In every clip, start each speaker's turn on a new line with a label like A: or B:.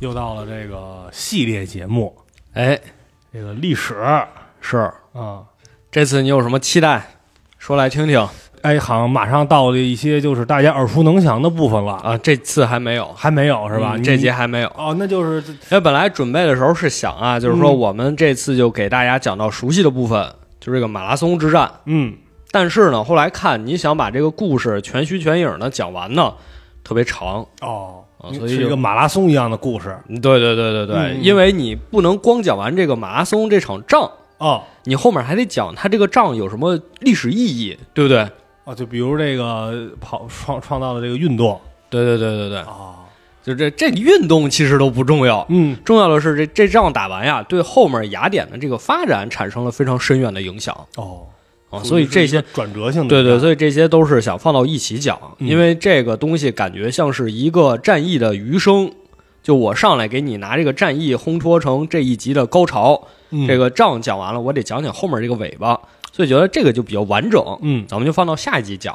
A: 又到了这个系列节目，
B: 哎，
A: 这个历史
B: 是，
A: 啊，
B: 这次你有什么期待？说来听听
A: 哎，好像马上到了一些就是大家耳熟能详的部分了，
B: 啊。这次还没有
A: 还没有是吧？
B: 嗯
A: 你
B: 这节还没有，
A: 哦，那就是这
B: 因为本来准备的时候是想啊，就是说
A: 嗯
B: 我们这次就给大家讲到熟悉的部分，就这个马拉松之战。
A: 嗯，
B: 但是呢，后来看你想把这个故事全虚全影的讲完呢，特别长。
A: 哦
B: 啊，所以
A: 是一
B: 就
A: 个马拉松一样的故事
B: 对对对对对，
A: 嗯
B: 因为你不能光讲完这个马拉松这场仗，
A: 哦
B: 你后面还得讲它这个仗有什么历史意义，对不对？
A: 哦，就比如这个跑创创造了这个运动
B: 对对对对对，
A: 哦，
B: 就这这运动其实都不重要，
A: 嗯
B: 重要的是这这仗打完呀，对后面雅典的这个发展产生了非常深远的影响
A: 哦，
B: 啊，所以这些。
A: 转折性的
B: 对对，所以这些都是想放到一起讲，
A: 嗯
B: 因为这个东西感觉像是一个战役的余生。就我上来给你拿这个战役烘托成这一集的高潮，
A: 嗯
B: 这个仗讲完了，我得讲讲后面这个尾巴，所以觉得这个就比较完整。
A: 嗯，
B: 咱们就放到下一集讲。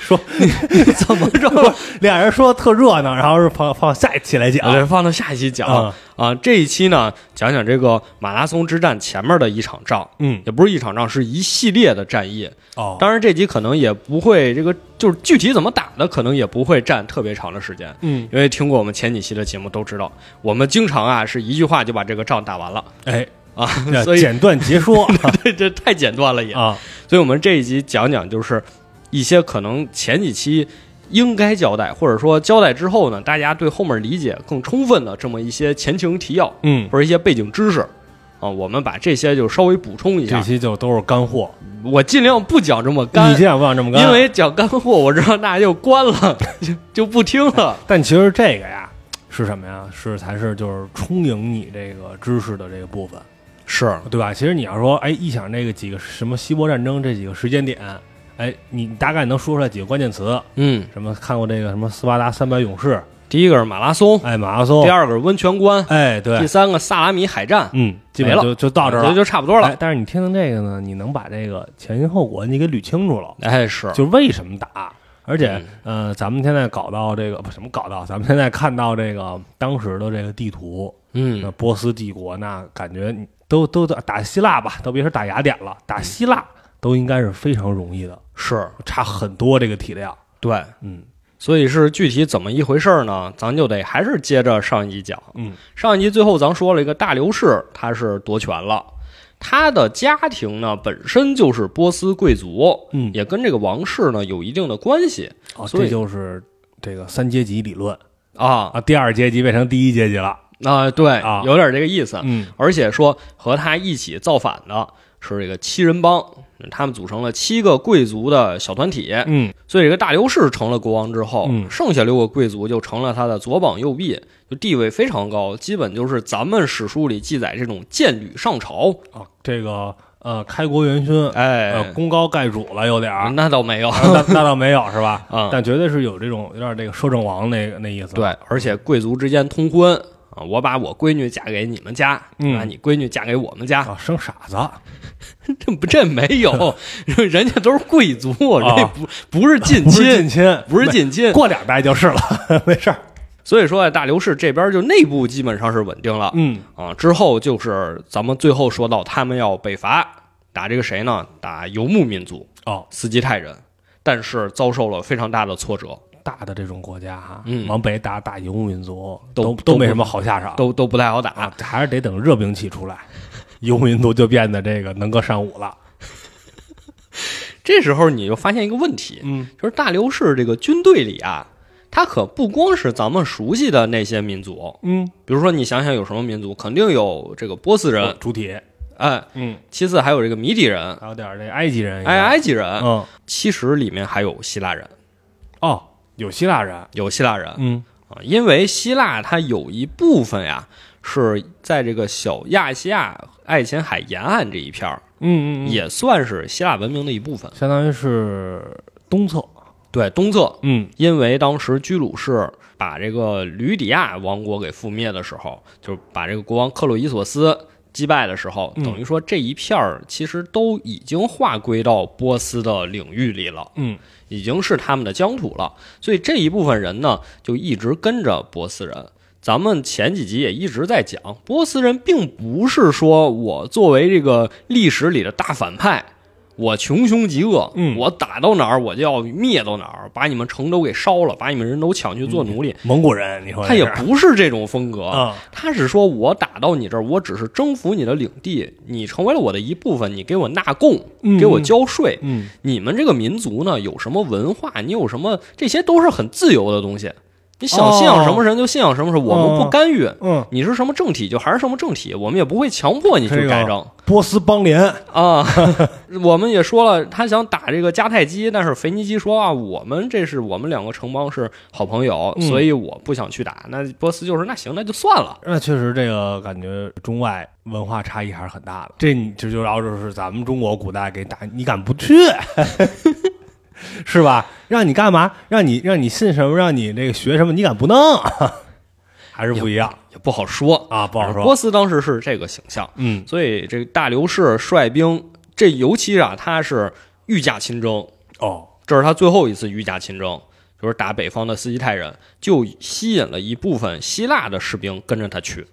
A: 说
B: 怎么 着？
A: 俩人说特热闹，然后是放放下一期来讲
B: 啊对，放到下一期讲
A: 啊，
B: 啊。这一期呢，讲讲这个马拉松之战前面的一场仗。
A: 嗯
B: 也不是一场仗，是一系列的战役。
A: 哦，
B: 当然，这集可能也不会这个，就是具体怎么打的，可能也不会占特别长的时间。
A: 嗯
B: 因为听过我们前几期的节目都知道，我们经常啊是一句话就把这个仗打完了，
A: 哎
B: 啊，所
A: 这
B: 以
A: 简短截 说
B: 这这太简短了也。
A: 啊，
B: 所以我们这一集讲讲就是一些可能前几期应该交代，或者说交代之后呢，大家对后面理解更充分的这么一些前情提要
A: 嗯，
B: 或者一些背景知识啊，我们把这些就稍微补充一
A: 这
B: 下。
A: 期就都是干货，
B: 我尽量不讲这么干
A: 你，尽量不想这么干，
B: 因为讲干货，我知道大家就关了，就就不听了。
A: 但其实这个呀是什么呀？是才是就是充盈你这个知识的这个部分，
B: 是，
A: 对吧？其实你要说，哎，一想这个几个什么希波战争这几个时间点，哎，你大概能说出来几个关键词，
B: 嗯，
A: 什么看过这个什么斯巴达三百勇士，
B: 第一个是马拉松，
A: 哎，马拉松
B: 第，二个是温泉关，
A: 哎，
B: 第
A: 对，
B: 三个萨拉米海战，
A: 嗯，基本
B: 没了
A: 就就到这儿
B: 所以
A: 了。
B: 就差不多
A: 哎
B: 了。，
A: 但是你听听这个呢，你能把这个前因后果你给捋清楚了，
B: 哎，是，
A: 就是为什么打。而且，
B: 嗯
A: 呃，咱们现在搞到这个不什么搞到，咱们现在看到这个当时的这个地图，那
B: 嗯，
A: 波斯帝国那感觉你都都打打希腊吧，都别说打雅典了，打希腊都应该是非常容易的，
B: 是
A: 差很多这个体量。
B: 对，
A: 嗯
B: 所以是具体怎么一回事儿呢？咱就得还是接着上一集讲。
A: 嗯
B: 上一集最后咱说了一个大流士，他是夺权了。他的家庭呢，本身就是波斯贵族，
A: 嗯，
B: 也跟这个王室呢有一定的关系
A: 哦，
B: 所以
A: 这就是这个三阶级理论
B: 啊。
A: 啊，第二阶级变成第一阶级了。
B: 啊，对，
A: 啊
B: 有点这个意思。
A: 嗯
B: 而且说和他一起造反的是这个七人帮，他们组成了七个贵族的小团体。
A: 嗯
B: 所以这个大流士成了国王之后，
A: 嗯
B: 剩下六个贵族就成了他的左膀右臂，就地位非常高，基本就是咱们史书里记载这种剑履上朝。
A: 啊，这个呃，开国元勋，呃，
B: 哎，嗯
A: 功高盖主了，有点儿。
B: 那倒没有。
A: 啊那那倒没有是吧？
B: 啊
A: 但绝对是有这种有点这个摄政王那个那意思。
B: 对，，而且贵族之间通婚啊，我把我闺女嫁给你们家，
A: 嗯
B: 啊，你闺女嫁给我们家，
A: 啊，生傻子，
B: 这不这没有， 人家都是贵族，这
A: 啊
B: 不不是近
A: 不
B: 亲，
A: 是近亲，
B: 哦不是近亲
A: 没，过两代就是了， 没事儿。
B: 所以说啊，大流士这边就内部基本上是稳定了
A: 嗯，
B: 啊。之后就是咱们最后说到他们要北伐，打这个谁呢？打游牧民族
A: 哦，
B: 斯基泰人，但是遭受了非常大的挫折，
A: 大的这种国家哈，
B: 嗯
A: 往北打打游牧民族
B: 都
A: 都
B: 都
A: 没
B: 不
A: 什么好下场，
B: 都都不太好打。
A: 啊，还是得等热兵器出来，游牧民族就变得这个能歌善舞了。
B: 这时候你就发现一个问题，
A: 嗯，
B: 就是大流士这个军队里啊，他可不光是咱们熟悉的那些民族，
A: 嗯，
B: 比如说你想想有什么民族，肯定有这个波斯人，
A: 主体，
B: 哎，
A: 嗯，
B: 其次还有这个米底人，
A: 还有点这埃及人，
B: 哎，，埃及人，
A: 嗯，
B: 其实里面还有希腊人，
A: 哦，有希腊人，
B: 有希腊人。
A: 嗯，
B: 啊，因为希腊它有一部分呀是在这个小亚细亚爱琴海沿岸这一片儿，
A: 嗯也
B: 也算是希腊文明的一部分。
A: 相当于是东侧，
B: 对，东侧，
A: 嗯，
B: 因为当时居鲁士把这个吕底亚王国给覆灭的时候，就是把这个国王克洛伊索斯。击败的时候，
A: 嗯
B: 等于说这一片儿其实都已经划归到波斯的领域里了，
A: 嗯，
B: 已经是他们的疆土了。所以这一部分人呢，就一直跟着波斯人。咱们前几集也一直在讲，波斯人并不是说我作为这个历史里的大反派，我穷凶极恶，
A: 嗯
B: 我打到哪儿我就要灭到哪儿，把你们城都给烧了，把你们人都抢去做奴隶。
A: 蒙古人，你说
B: 他也不是这种风格，
A: 啊，
B: 他是说我打到你这儿，我只是征服你的领地，你成为了我的一部分，你给我纳贡，
A: 嗯
B: 给我交税。
A: 嗯
B: 你们这个民族呢，有什么文化，你有什么，这些都是很自由的东西。你想信仰什么神就信仰什么神，我们不干预。
A: 嗯，
B: 你是什么政体就还是什么政体，我们也不会强迫
A: 啊
B: 你去改正
A: 波斯邦联，
B: 啊。 我们也说了，他想打这个迦太基，但是腓尼基说啊，我们这是我们两个城邦是好朋友，
A: 嗯
B: 所以我不想去打。那波斯就是那行，那就算了。
A: 那确实这个感觉中外文化差异还是很大的。这你这就然后就是咱们中国古代给打，你敢不去？ 是吧？让你干嘛？让你让你信什么？让你这个学什么？你敢不弄？ 还是不一样
B: 也不好说
A: 啊，不好
B: 波
A: 说。
B: 斯当时是这个形象，
A: 嗯
B: 所以这个大流士率兵，这尤其啊，他是御驾亲征，
A: 哦，
B: 这是他最后一次御驾亲征，就是打北方的斯基泰人，就吸引了一部分希腊的士兵跟着他去，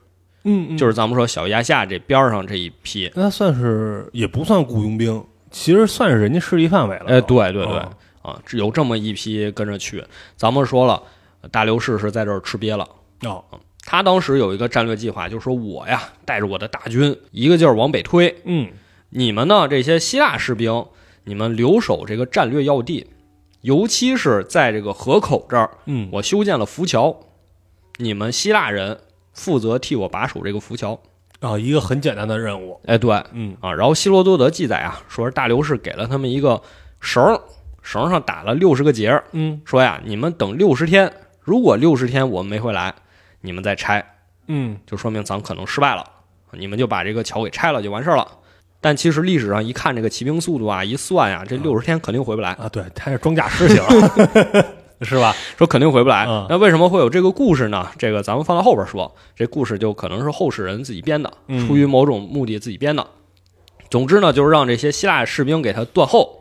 A: 嗯
B: 就是是咱们说小亚细亚这边儿上这一批。
A: 那算是也不算雇佣兵，其实算是人家势力范围了。
B: 哎，对对对，
A: 哦
B: 啊，只有这么一批跟着去。咱们说了，大流士是在这儿吃瘪了。
A: 哦，
B: 他当时有一个战略计划，就是说我呀，带着我的大军，一个劲儿往北推，
A: 嗯
B: 你们呢，这些希腊士兵，你们留守这个战略要地，尤其是在这个河口这儿，
A: 嗯，
B: 我修建了浮桥，你们希腊人负责替我把守这个浮桥。
A: 啊，一个很简单的任务。
B: 哎，对啊，
A: 嗯
B: 然后希罗多德记载啊，说是大流士给了他们一个绳儿，绳儿上打了六十个结儿，
A: 嗯
B: 说呀，你们等六十天，如果六十天我们没回来，你们再拆。
A: 嗯，
B: 就说明咱们可能失败了，你们就把这个桥给拆了就完事儿了。但其实历史上一看这个骑兵速度啊，一算呀、这
A: 嗯
B: 六十天肯定回不来，
A: 啊，对，他是装甲师行了， 是吧？
B: 说肯定回不来
A: 嗯。
B: 那为什么会有这个故事呢？这个咱们放到后边说，这故事就可能是后世人自己编的，
A: 嗯
B: 出于某种目的自己编的。总之呢，就是让这些希腊士兵给他断后。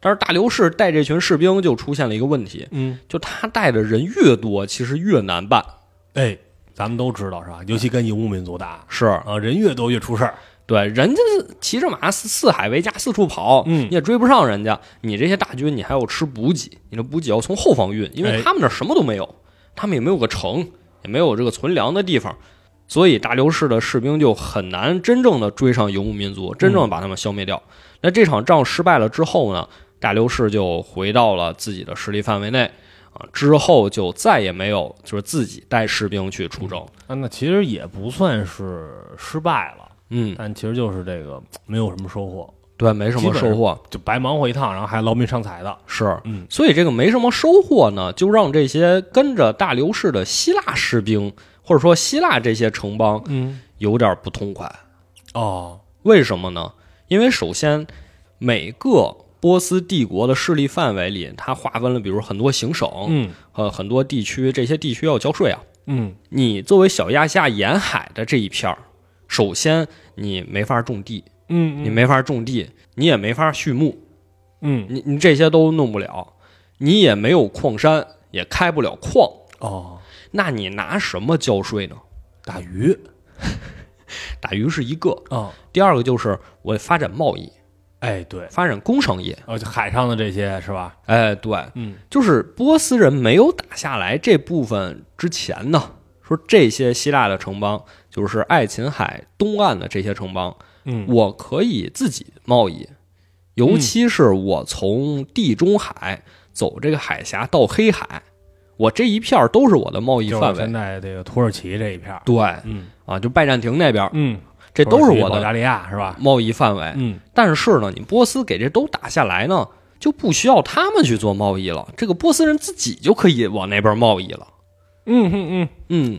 B: 但是大流士带这群士兵就出现了一个问题，
A: 嗯，
B: 就他带的人越多，其实越难办。
A: 哎，咱们都知道是吧？尤其跟游牧民族打
B: 是
A: 啊，人越多越出事儿。
B: 对，人家是骑着马四四海为家，四处跑，
A: 嗯
B: 你也追不上人家。你这些大军，你还要吃补给，你的补给要从后方运，因
A: 哎
B: 为他们这儿什么都没有，他们也没有个城，也没有这个存粮的地方，所以大流士的士兵就很难真正的追上游牧民族，真
A: 嗯
B: 正把他们消灭掉。那这场仗失败了之后呢，大流士就回到了自己的势力范围内。啊，之后就再也没有就是自己带士兵去出征，
A: 啊，那其实也不算是失败了，
B: 嗯，
A: 但其实就是这个没有什么收获，
B: 对，没什
A: 基
B: 么
A: 本上
B: 收获，
A: 就白忙活一趟，然后还劳民伤财的。
B: 是，
A: 嗯
B: 所以这个没什么收获呢，就让这些跟着大流士的希腊士兵，或者说希腊这些城邦
A: 嗯，
B: 有点不痛快。
A: 哦，
B: 为什么呢？因为首先，每个波斯帝国的势力范围里，它划分了，比如很多行省，
A: 嗯
B: 呃，很多地区，这些地区要交税啊。
A: 嗯，
B: 你作为小亚细亚沿海的这一片儿，首先你没法种地，
A: 嗯
B: 你没法种地，你也没法畜牧，
A: 嗯
B: 你你这些都弄不了，你也没有矿山，也开不了矿，
A: 哦，
B: 那你拿什么交税呢？
A: 打鱼
B: 打鱼是一个，
A: 啊，
B: 第二个就是我发展贸易，
A: 哎对，
B: 发展工商业。
A: 而且哦海上的这些是吧？
B: 哎，对，
A: 嗯
B: 就是波斯人没有打下来这部分之前呢，说这些希腊的城邦，就是爱琴海东岸的这些城邦，
A: 嗯
B: 我可以自己贸易，尤其是我从地中海走这个海峡到黑海，我这一片儿都是我的贸易
A: 就
B: 范
A: 是
B: 围
A: 现。在这个土耳其这一片儿，
B: 对
A: 嗯
B: 啊，就拜占庭那边儿，
A: 嗯，
B: 这都是
A: 土耳其
B: 我
A: 保
B: 的
A: 加利亚是吧？
B: 贸易范围。
A: 嗯
B: 但是呢，你波斯给这都打下来呢，就不需要他们去做贸易了，这个波斯人自己就可以往那边贸易了。
A: 嗯嗯
B: 嗯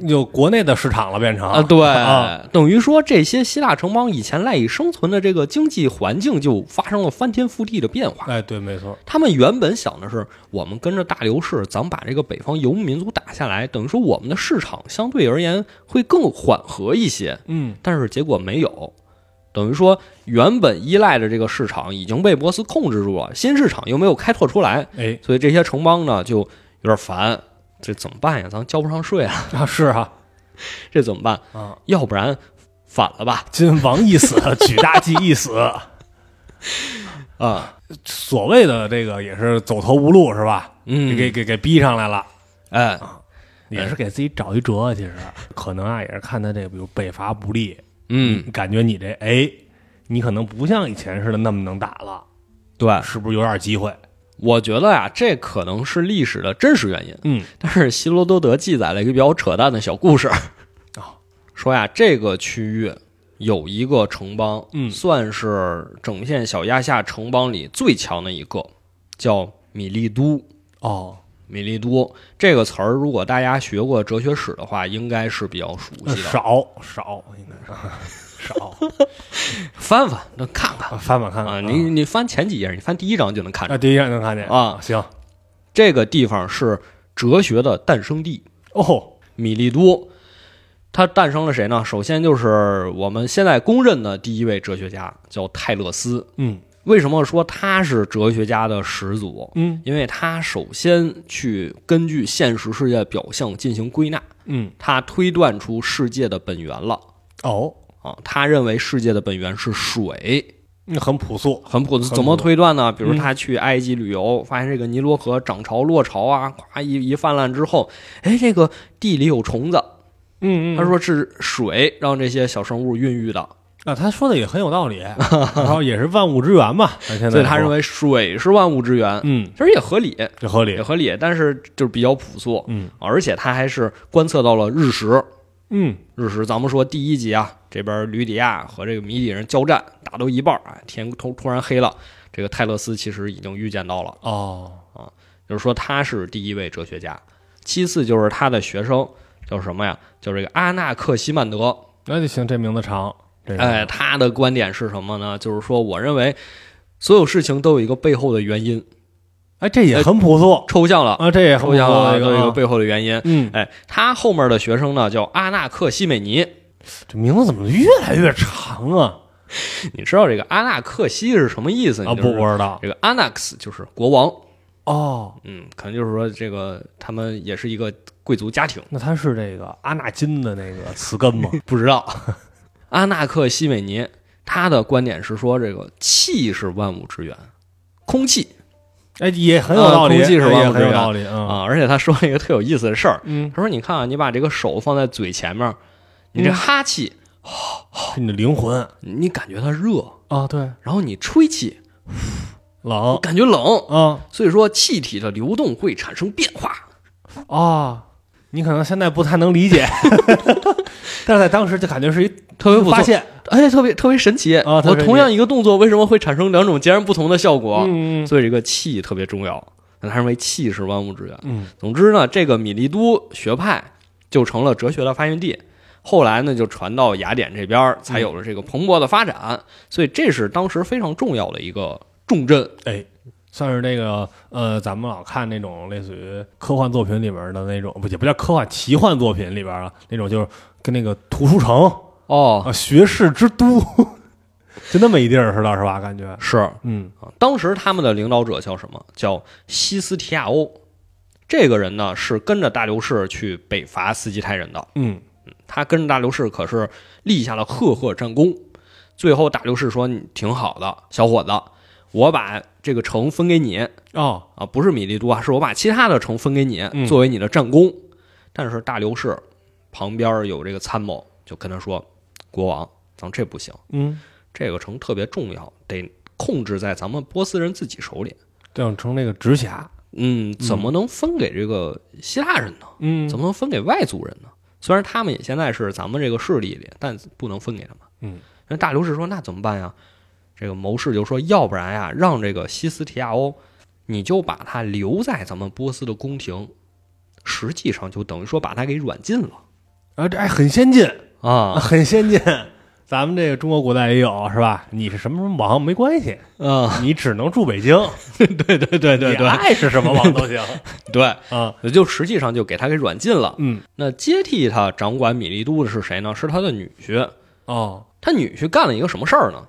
A: 嗯，有国内的市场了，变成
B: 啊，对，
A: 啊
B: 等于说这些希腊城邦以前赖以生存的这个经济环境就发生了翻天覆地的变化。
A: 哎对，没错，
B: 他们原本想的是，我们跟着大流士，咱们把这个北方游牧民族打下来，等于说我们的市场相对而言会更缓和一些。
A: 嗯
B: 但是结果没有，等于说原本依赖着这个市场已经被波斯控制住了，新市场又没有开拓出来，
A: 哎
B: 所以这些城邦呢就有点烦，这怎么办呀？咱交不上税啊！
A: 啊是哈，
B: 这怎么办？
A: 啊，
B: 要不然反了吧？
A: 晋王一死，举大计一 死，
B: 啊，
A: 所谓的这个也是走投无路是吧？
B: 嗯，
A: 给给给逼上来了，
B: 哎，
A: 也是给自己找一辙。其实可能啊，也是看他这个，比如北伐不利，
B: 嗯，
A: 感觉你这哎，你可能不像以前似的那么能打了，
B: 对，
A: 是不是有点机会？
B: 我觉得呀、这可能是历史的真实原因。
A: 嗯，
B: 但是希罗多德记载了一个比较扯淡的小故事，
A: 哦
B: 说呀，这个区域有一个城邦，
A: 嗯
B: 算是整片小亚细亚城邦里最强的一个，叫米利都。
A: 哦，
B: 米利都这个词儿，如果大家学过哲学史的话，应该是比较熟
A: 呃
B: 悉的。
A: 少少应该 是少，
B: 翻翻，那看看
A: 啊翻翻看看
B: 啊，
A: 啊
B: 你你翻前几页，你翻第一章就能看出
A: 啊，第一眼能看见
B: 啊，
A: 行
B: 这个地方是哲学的诞生地。
A: 哦，
B: 米利都，他诞生了谁呢？首先就是我们现在公认的第一位哲学家，叫泰勒斯。
A: 嗯
B: 为什么说他是哲学家的始祖？
A: 嗯
B: 因为他首先去根据现实世界的表象进行归纳，
A: 嗯，
B: 他推断出世界的本源了
A: 哦，
B: 啊！他认为世界的本源是水，
A: 那很朴素，
B: 很朴
A: 很
B: 素。
A: 朴
B: 怎么推断呢？比如
A: 嗯
B: 他去埃及旅游，发现这个尼罗河涨潮落潮啊，咵一一泛滥之后，哎，这个地里有虫子，
A: 嗯嗯，
B: 他说是水让这些小生物孕育的，
A: 啊，他说的也很有道 理，然后也是万物之源嘛，那现在
B: 所以他
A: 说
B: 认为水是万物之源，
A: 嗯，
B: 其实也合理，
A: 这合理
B: 也，合理，但是就是比较朴素，啊
A: 嗯
B: 而且他还是观测到了日食。
A: 嗯
B: 日食，咱们说第一集啊，这边吕底亚和这个米底人交战，打到一半儿啊，天突突然黑了。这个泰勒斯其实已经预见到了，
A: 哦，
B: 就是说他是第一位哲学家。其次就是他的学生叫什么呀？叫这个阿纳克西曼德。
A: 那就行，这名字长，这个
B: 哎，他的观点是什么呢？就是说，我认为所有事情都有一个背后的原因，
A: 哎，这也很朴素
B: 抽象了，
A: 啊，这也很
B: 抽
A: 朴素
B: 象了，
A: 的一
B: 都有一个
A: 个啊，
B: 背后的原因。
A: 嗯，
B: 哎，他后面的学生呢叫阿纳克西美尼，
A: 这名字怎么越来越长啊？
B: 你知道这个阿纳克西是什么意思？
A: 啊，
B: 你就
A: 不
B: 是
A: 不知道
B: 这个 Anax 就是国王，
A: 哦，
B: 嗯，可能就是说这个他们也是一个贵族家庭，
A: 那他是这个阿纳金的那个词根吗？
B: 不知道。阿纳克西美尼他的观点是说，这个气是万物之源，空气
A: 哎，也很有道理，
B: 啊空气是
A: 哎
B: 万
A: 也
B: 物之
A: 很有
B: 源
A: 道理啊，
B: 啊。而且他说了一个特有意思的事儿，
A: 嗯，
B: 他说：“你看啊，你把这个手放在嘴前面，你这
A: 嗯
B: 哈气，
A: 是你的灵魂
B: 你感觉它热，
A: 啊，对，
B: 然后你吹气，
A: 冷
B: 感觉冷。
A: 啊
B: 所以说，气体的流动会产生变化。
A: 啊。你可能现在不太能理 解，但是在当时就感觉是一
B: 特别不错
A: 发现，
B: 哎，特别特别神奇
A: 啊特别
B: 我
A: 神奇
B: 同样一个动作，为什么会产生两种截然不同的效果？
A: 嗯嗯
B: 所以这个气特别重要。他认为气是万物之源。
A: 嗯，
B: 总之呢，这个米利都学派就成了哲学的发源地。后来呢，就传到雅典这边儿，才有了这个蓬勃的发展。所以这是当时非常重要的一个重镇。
A: 哎，算是这个呃，咱们老看那种类似于科幻作品里面的那种，不也不叫科幻，奇幻作品里边啊那种，就是跟那个图书城
B: 哦，
A: 啊，学士之都， 就那么一地儿似的，是吧？感觉，
B: 是啊，
A: 嗯，
B: 当时他们的领导者叫什么？叫西斯提亚欧。这个人呢是跟着大流士去北伐斯基泰人的，
A: 嗯，
B: 他跟着大流士可是立下了赫赫战功。最后大流士说：“你挺好的，小伙子，我把这个城分给你
A: 哦，
B: 啊，不是米利都啊，是我把其他的城分给你，
A: 嗯
B: 作为你的战功。但是大流士旁边有这个参谋就跟他说：“国王，咱这不行，
A: 嗯，
B: 这个城特别重要，得控制在咱们波斯人自己手里。”
A: 这样成那个直辖，
B: 嗯，怎么能分给这个希腊人呢？
A: 嗯
B: 怎么能分给外族人呢？虽然他们也现在是咱们这个势力里，但不能分给他们。
A: 嗯，
B: 那大流士说那怎么办呀？这个谋士就说，要不然呀，让这个西斯提亚欧，你就把他留在咱们波斯的宫廷，实际上就等于说把他给软禁了
A: 啊，这哎很先进，
B: 啊
A: 很先进。咱们这个中国古代也有是吧？你是什么什么王没关系，
B: 啊！
A: 你只能住北 京，
B: 对对对对
A: 你
B: 对
A: 爱是什么王都行
B: 对，
A: 啊。
B: 就实际上就给他给软禁了。
A: 嗯，
B: 那接替他掌管米利都的是谁呢？是他的女婿，
A: 哦，
B: 他女婿干了一个什么事儿呢？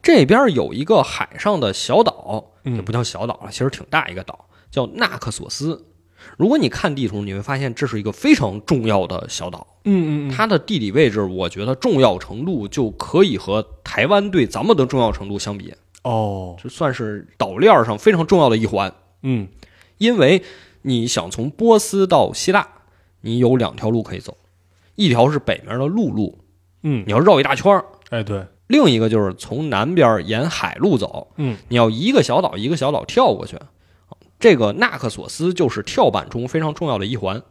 B: 这边有一个海上的小岛，
A: 嗯
B: 也不叫小岛了，其实挺大一个岛，叫纳克索斯，如果你看地图，你会发现这是一个非常重要的小岛，
A: 嗯嗯嗯，
B: 它的地理位置，我觉得重要程度就可以和台湾对咱们的重要程度相比，
A: 哦，
B: 这算是岛链上非常重要的一环。
A: 嗯
B: 因为你想从波斯到希腊，你有两条路可以走，一条是北面的陆路，
A: 嗯，
B: 你要绕一大圈儿；
A: 哎对，
B: 另一个就是从南边沿海路走，
A: 嗯，
B: 你要一个小岛一个小岛跳过去。这个纳克索斯就是跳板中非常重要的一环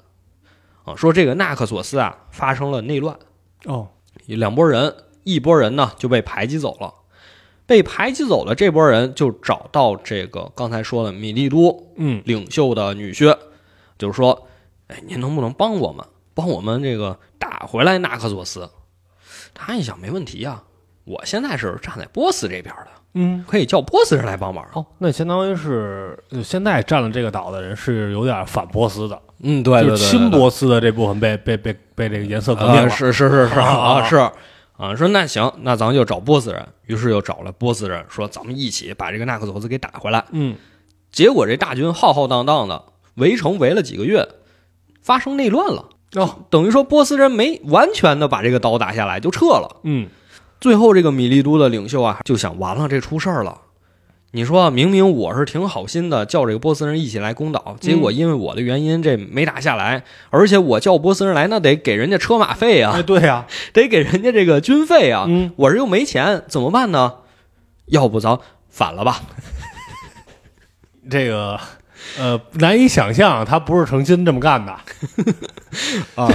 B: 啊。说这个纳克索斯啊发生了内乱，
A: 哦，
B: 两拨人，一拨人呢就被排挤走了，被排挤走了这拨人就找到这个刚才说的米利都，
A: 嗯
B: 领袖的女婿，就是说，哎，您能不能帮我们，帮我们这个打回来纳克索斯？他一想，没问题呀、我现在是站在波斯这边的，
A: 嗯，
B: 可以叫波斯人来帮忙。
A: 哦，那相当于是就现在占了这个岛的人是有点反波斯的，
B: 嗯，对
A: 就是亲波斯的这部分被被被被这个颜色革命
B: 啊，
A: 了，
B: 是是是是
A: 啊
B: 啊，
A: 啊
B: 是啊，说那行，那咱们就找波斯人，于是又找了波斯人，说咱们一起把这个纳克索斯给打回来。
A: 嗯
B: 结果这大军浩浩荡荡的围城围了几个月，发生内乱了，
A: 哦
B: 等于说波斯人没完全的把这个刀打下来就撤了。
A: 嗯
B: 最后，这个米利都的领袖啊，就想完了，这出事儿了。你说，明明我是挺好心的，叫这个波斯人一起来攻岛，结果因为我的原因，这没打下
A: 嗯
B: 来。而且我叫波斯人来，那得给人家车马费啊
A: 哎，对呀
B: 得给人家这个军费啊。
A: 嗯
B: 我这又没钱，怎么办呢？要不咱反了吧？
A: 这个呃难以想象他不是诚心这么干的啊，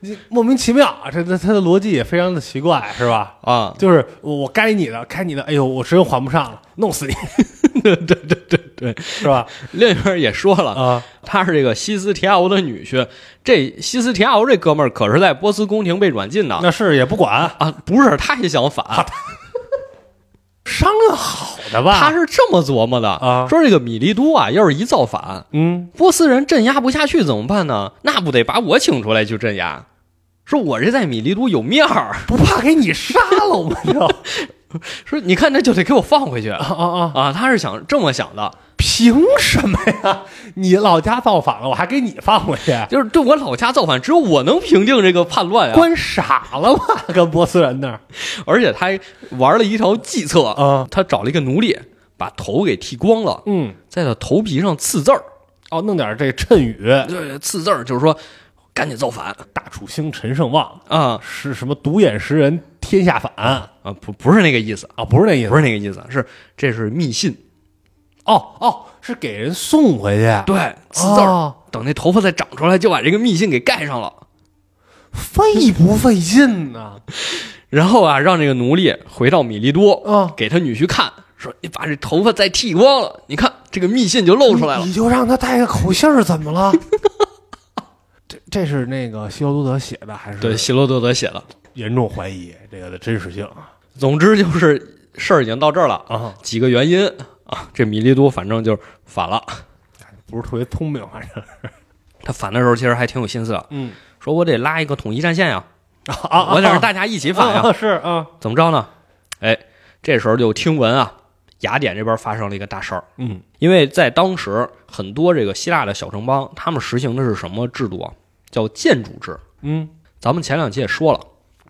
A: 你莫名其妙，这这他的逻辑也非常的奇怪是吧？
B: 啊，
A: 就是我我该你的，该你的，哎呦，我实在还不上了，弄死你，
B: 对对对对对。
A: 是吧？
B: 另一边也说了，
A: 啊，
B: 他是这个西斯提亚欧的女婿。这西斯提亚欧这哥们儿可是在波斯宫廷被软禁的
A: 那是也不管，
B: 啊，不是他也想反。
A: 商量好的吧？
B: 他是这么琢磨的
A: 啊
B: 说这个米利都啊，要是一造反，
A: 嗯，
B: 波斯人镇压不下去怎么办呢？那不得把我请出来去镇压？说我这在米利都有面儿，
A: 不怕给你杀了我们就
B: 说你看这就得给我放回去
A: 啊啊啊！
B: 啊！他是想这么想的，
A: 凭什么呀？你老家造反了，我还给你放回去？
B: 就是对我老家造反，只有我能平定这个叛乱啊！
A: 关傻了吧？跟波斯人那儿
B: 而且他还玩了一条计策，
A: 啊，
B: 他找了一个奴隶，把头给剃光了，
A: 嗯，
B: 在他头皮上刺字儿，
A: 哦，弄点这谶语，
B: 就是刺字儿，就是说赶紧造反
A: 大楚兴陈胜旺
B: 啊
A: 是什么？独眼识人，天下反啊，
B: 啊！不不是那个意思，
A: 哦不是那意
B: 不
A: 思，
B: 是那个意思，是这是密信。
A: 哦哦，是给人送回去，
B: 对，刺字儿，
A: 哦，
B: 等那头发再长出来，就把这个密信给盖上了。
A: 费不费劲呢？
B: 然后啊，让这个奴隶回到米利多，
A: 啊，
B: 给他女婿看，说你把这头发再剃光了，你看这个密信就 露出来了
A: 你。就让他带个口信儿，怎么了？ 这这是那个希罗多德写的还是？
B: 对，希罗多德写的。
A: 严重怀疑这个的真实性啊
B: 总之就是事儿已经到这儿了，
A: 啊，
B: 几个原因啊，这米利多反正就是反了。
A: 哎不是特别聪明，啊反正
B: 他反的时候其实还挺有心思的，
A: 嗯
B: 说我得拉一个统一战线呀，
A: 啊，
B: 我得让大家一起反呀。
A: 啊是啊，
B: 怎么着呢？哎，这时候就听闻啊，雅典这边发生了一个大事儿。
A: 嗯
B: 因为在当时，很多这个希腊的小城邦，他们实行的是什么制度啊？叫建筑制。
A: 嗯
B: 咱们前两期也说了，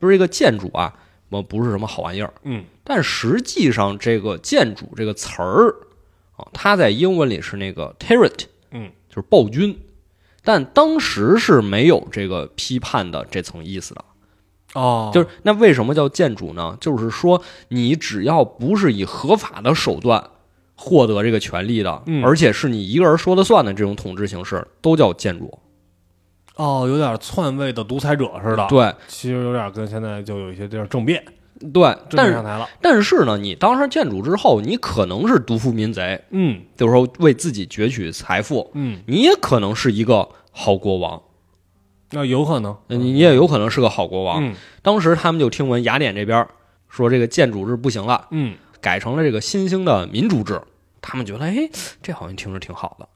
B: 就是这个建筑啊，我不是什么好玩意儿。
A: 嗯
B: 但实际上，这个建筑这个词儿啊，它在英文里是那个 terrorist，
A: 嗯，
B: 就是暴君。但当时是没有这个批判的这层意思的，
A: 哦
B: 就是那为什么叫建筑呢？就是说你只要不是以合法的手段获得这个权利的，
A: 嗯
B: 而且是你一个人说了算的这种统治形式，都叫建筑。
A: 哦，有点篡位的独裁者似的，，
B: 对
A: 其实有点跟现在就有一些地儿政变，
B: 对，
A: 政
B: 但
A: 变上
B: 是
A: 台了，
B: 但是呢，你当上建筑之后，你可能是独夫民贼，
A: 嗯
B: 就是说为自己攫取财富，
A: 嗯，
B: 你也可能是一个好国王，
A: 那有可能，
B: 你你也有可能是个好国王。
A: 嗯
B: 当时他们就听闻雅典这边说这个建筑制不行了。
A: 嗯
B: 改成了这个新兴的民主制。他们觉得，哎，这好像听着挺好的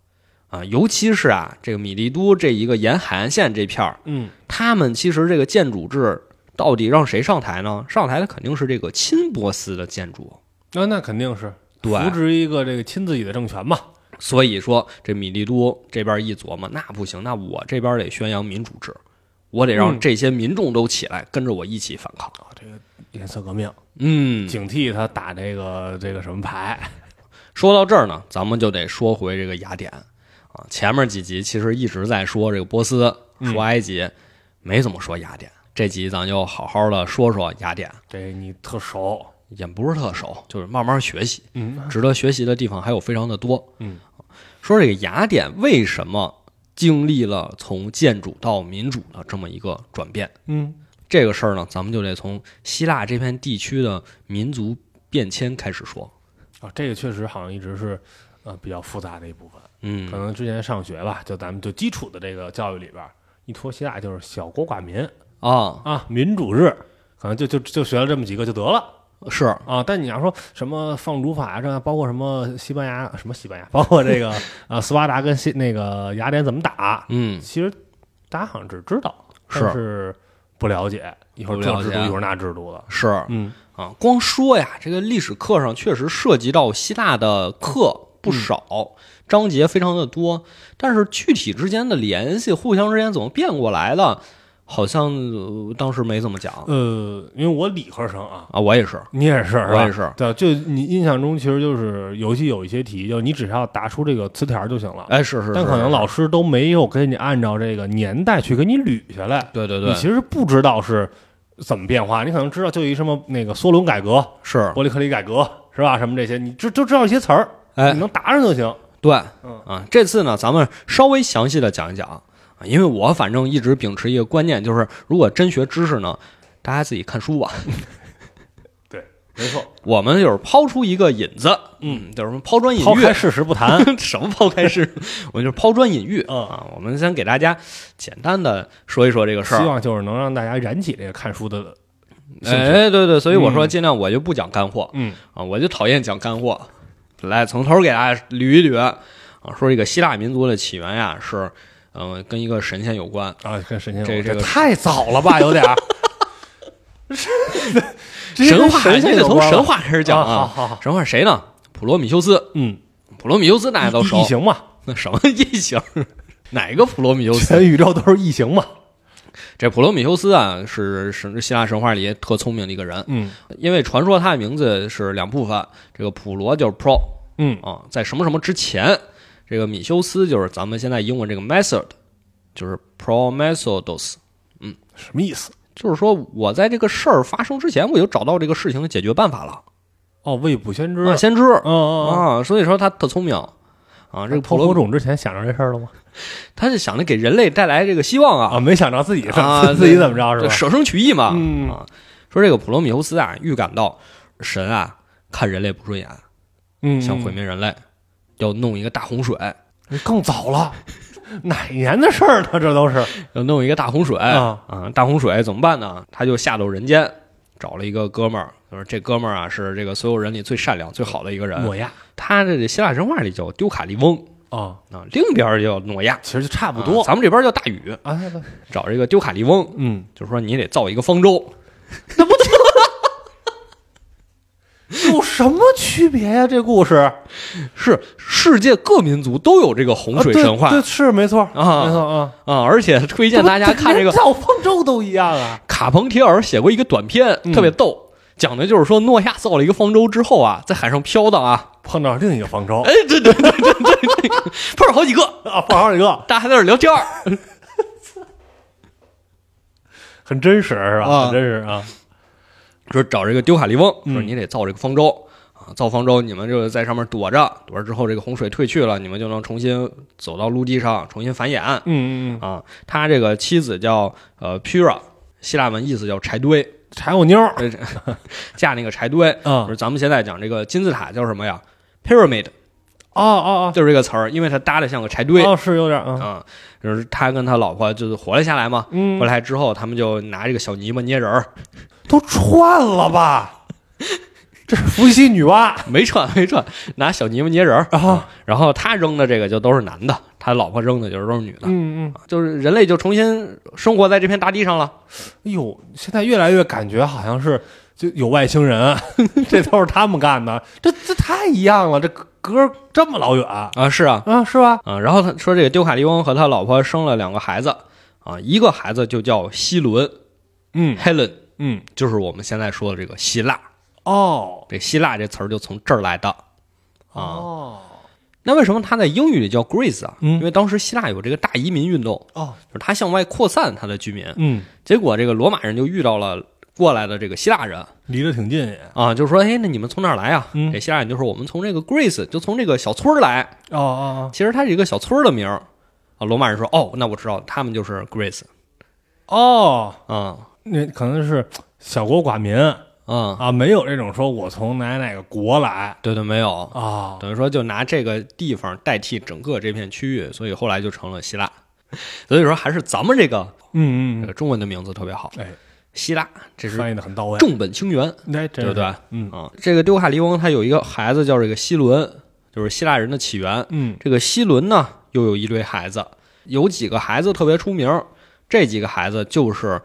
B: 啊，尤其是啊，这个米利都这一个沿海岸线这片儿，
A: 嗯，
B: 他们其实这个建筑制到底让谁上台呢？上台的肯定是这个亲波斯的建筑，
A: 那那肯定是
B: 对
A: 扶植一个这个亲自己的政权嘛，
B: 所以说，这米利都这边一琢磨，那不行，那我这边得宣扬民主制，我得让
A: 嗯
B: 这些民众都起来，跟着我一起反抗。
A: 这个颜色革命，
B: 嗯，
A: 警惕他打这个这个什么牌。
B: 说到这儿呢，咱们就得说回这个雅典啊。前面几集其实一直在说这个波斯，说埃及，没怎么说雅典。这集咱就好好的说说雅典，
A: 这你特熟，
B: 也不是特熟，就是慢慢学习，
A: 嗯
B: 值得学习的地方还有非常的多。
A: 嗯，
B: 说这个雅典为什么经历了从建主到民主的这么一个转变？
A: 嗯
B: 这个事儿呢，咱们就得从希腊这片地区的民族变迁开始说。
A: 啊，这个确实好像一直是呃比较复杂的一部分。
B: 嗯
A: 可，能之前上学吧，就咱们就基础的这个教育里边儿，一拖希腊就是小国寡民
B: 啊，
A: 啊，民主制，可能就就就学了这么几个就得了
B: 是
A: 啊。但你要说什么放逐法啊，这包括什么西班牙什么西班牙，包括这个呃斯巴达跟西那个雅典怎么打，
B: 嗯，
A: 其实大家好像只知道，
B: 是
A: 但是不了解，一会儿
B: 不
A: 这
B: 了
A: 制
B: 解
A: 度一会儿那制度的，
B: 是
A: 嗯
B: 啊。光说呀，这个历史课上确实涉及到希腊的课
A: 嗯
B: 不少，章节非常的多，但是具体之间的联系，互相之间怎么变过来的，好像、呃当时没怎么讲
A: 呃，因为我理科生啊，
B: 啊。我也是，
A: 你也是，
B: 我也
A: 是
B: 是
A: 吧。对，就你印象中，其实就是游戏有一些题，就你只需要答出这个词条就行了。
B: 哎，是是是，
A: 但可能老
B: 师
A: 师都没有给你按照这个年代去给你捋下来，
B: 对对
A: 你
B: 对
A: 其实不知道是怎么变化。你可能知道就一什么那个梭伦改革、
B: 是，
A: 伯利克里改革是吧？什么这些，你就就知道一些词儿，
B: 哎
A: 你，能答上就行。
B: 对，
A: 嗯
B: 啊，这次呢，咱们稍微详细的讲一讲啊，因为我反正一直秉持一个观念，就是如果真学知识呢，大家自己看书吧。
A: 没错，
B: 我们就是抛出一个引子，嗯，就是什么抛砖引
A: 抛开
B: 玉，
A: 事实不谈。
B: 什么抛开是，啊 我们就是抛砖引玉
A: 嗯
B: 啊。我们先给大家简单的说一说这个事
A: 希
B: 儿。
A: 望就是能让大家燃起这个看书的兴趣。
B: 哎，对对，所以我说
A: 嗯
B: 尽量我就不讲干货，
A: 嗯，
B: 啊，我就讨厌讲干货。来，从头给大家捋一捋啊，说这个希腊民族的起源呀，是嗯、呃跟一个神仙有关。
A: 啊，跟神仙有
B: 这
A: 关
B: 这个
A: 太早了 吧，有点儿。这
B: 神
A: 跟
B: 话，
A: 神仙
B: 得
A: 有
B: 从
A: 关
B: 神
A: 了
B: 话开始讲
A: 啊好
B: 啊。
A: 好好，
B: 神话谁呢？普罗米修斯。
A: 嗯，
B: 普罗米修斯大家都 熟
A: 异。形嘛，
B: 那什么异 形？哪个普罗米修 斯？
A: 全宇宙都是异形嘛。
B: 这普罗米修斯啊，是是希腊神话里特聪明的一个人，
A: 嗯
B: 因为传说他的名字是两部分，这个普罗就是 pro
A: 嗯
B: 啊，在什么什么之前，这个米修斯就是咱们现在英文这个 method，就是 promethodos，
A: 什么意思？
B: 就是说我在这个事儿发生之前，我就找到这个事情的解决办法了，
A: 哦，未卜先知。
B: 啊，先知，
A: 嗯嗯嗯，
B: 啊，所以说他特聪明啊。这个普
A: 破火
B: 罗，
A: 种之前想着这事儿了吗？
B: 他是想着给人类带来这个希望啊，
A: 啊，没想着自己怎
B: 啊
A: 么自己怎么着
B: 这
A: 是吧？
B: 舍生取义嘛。
A: 嗯
B: 啊，说这个普罗米修斯啊，预感到神啊看人类不顺眼，
A: 嗯，
B: 想毁灭人类，要弄一个大洪水，
A: 嗯更早了，哪年的事儿呢？这都是
B: 要弄一个大洪水
A: 啊
B: 大洪水怎么办呢？他就下到人间，找了一个哥们儿，就是这哥们儿啊是这个所有人里最善良、最好的一个人。
A: 诺亚
B: 他这希腊神话里叫丢卡利翁
A: 啊，
B: 啊，另一边儿叫诺亚，
A: 其实就差不
B: 啊
A: 多
B: 咱们这边儿叫大禹，
A: 啊。对对
B: 找这个丢卡利翁。
A: 嗯，
B: 就是说你得造一个方舟，
A: 有什么区别呀？这故事
B: 是世界各民族都有这个洪水神话
A: 啊对对是没错
B: 啊
A: 没错啊。
B: 啊，而且推荐大家看这个
A: 造方舟都一样啊。
B: 卡彭铁尔写过一个短片，
A: 嗯
B: 特别逗。讲的就是说，诺亚造了一个方舟之后啊，在海上飘荡啊，
A: 碰到另一个方舟
B: 哎，对对对对对对， 碰上好几个，
A: 啊，碰好几个，
B: 大家还在那儿聊天儿
A: 很真实是吧？
B: 啊
A: 很真实啊。
B: 说找这个丢卡利翁，
A: 嗯
B: 说你得造这个方舟啊，造方舟，你们就在上面躲着，躲着之后，这个洪水退去了，你们就能重新走到陆地上，重新繁衍。
A: 嗯嗯嗯，
B: 啊，他这个妻子叫呃 Pura，希腊文意思叫柴堆，
A: 柴火妞儿
B: 呃嫁那个柴堆。
A: 啊
B: 不是咱们现在讲这个金字塔叫什么呀？Pyramid
A: 哦哦哦，
B: 就是这个词儿，因为它搭的像个柴堆
A: 哦是有点啊。
B: 啊。就是他跟他老婆就是活了下来嘛，
A: 嗯
B: 活，来之后他们就拿这个小泥巴捏人儿，
A: 都串了吧？这是伏羲女娲
B: 没串没串，拿小泥巴捏人儿。
A: 啊，
B: 然后他扔的这个就都是男的，他老婆扔的就是都是女的，
A: 嗯嗯，
B: 就是人类就重新生活在这片大地上了。
A: 哎呦，现在越来越感觉好像是就有外星人，啊 这都是他们干的，这这太一样了，这隔这么老远啊，
B: 啊，是啊，
A: 是吧？
B: 啊，然后他说这个丢卡利翁和他老婆生了两个孩子，啊，一个孩子就叫希伦
A: 嗯
B: （Helen），
A: 嗯，
B: 就是我们现在说的这个希腊。
A: 哦
B: 这希腊这词儿就从这儿来的。啊
A: 哦
B: 那为什么它在英语里叫 Greece 啊？
A: 嗯
B: 因为当时希腊有这个大移民运动，
A: 哦，
B: 就是它向外扩散它的居民，
A: 嗯，
B: 结果这个罗马人就遇到了过来的这个希腊人
A: 离得挺近也，
B: 啊，就说：“哎，那你们从哪儿来啊？”
A: 嗯
B: 这希腊人就说：“我们从这个 Greece，就从这个小村儿来。”
A: 哦哦
B: 其实它是一个小村儿的名儿啊。罗马人说：“哦，那我知道，他们就是 Greece
A: 哦，
B: 啊
A: 那可能是小国寡民
B: 啊，
A: 啊，没有这种说我从哪哪个国来
B: 对对，没有，
A: 啊，
B: 等于说就拿这个地方代替整个这片区域，所以后来就成了希腊。所以说还是咱们这个
A: 嗯
B: 这
A: 嗯
B: 个中文的名字特别好，
A: 哎，
B: 希腊这
A: 嗯，
B: 是
A: 翻译的很到位，
B: 正本清源，
A: 哎，
B: 对
A: 对
B: 不对？
A: 嗯
B: 啊，这个丢卡利翁他有一个孩子叫这个希伦，就是希腊人的起源。
A: 嗯
B: 这个希伦呢，又有一堆孩子，有几个孩子特别出名，这几个孩子就是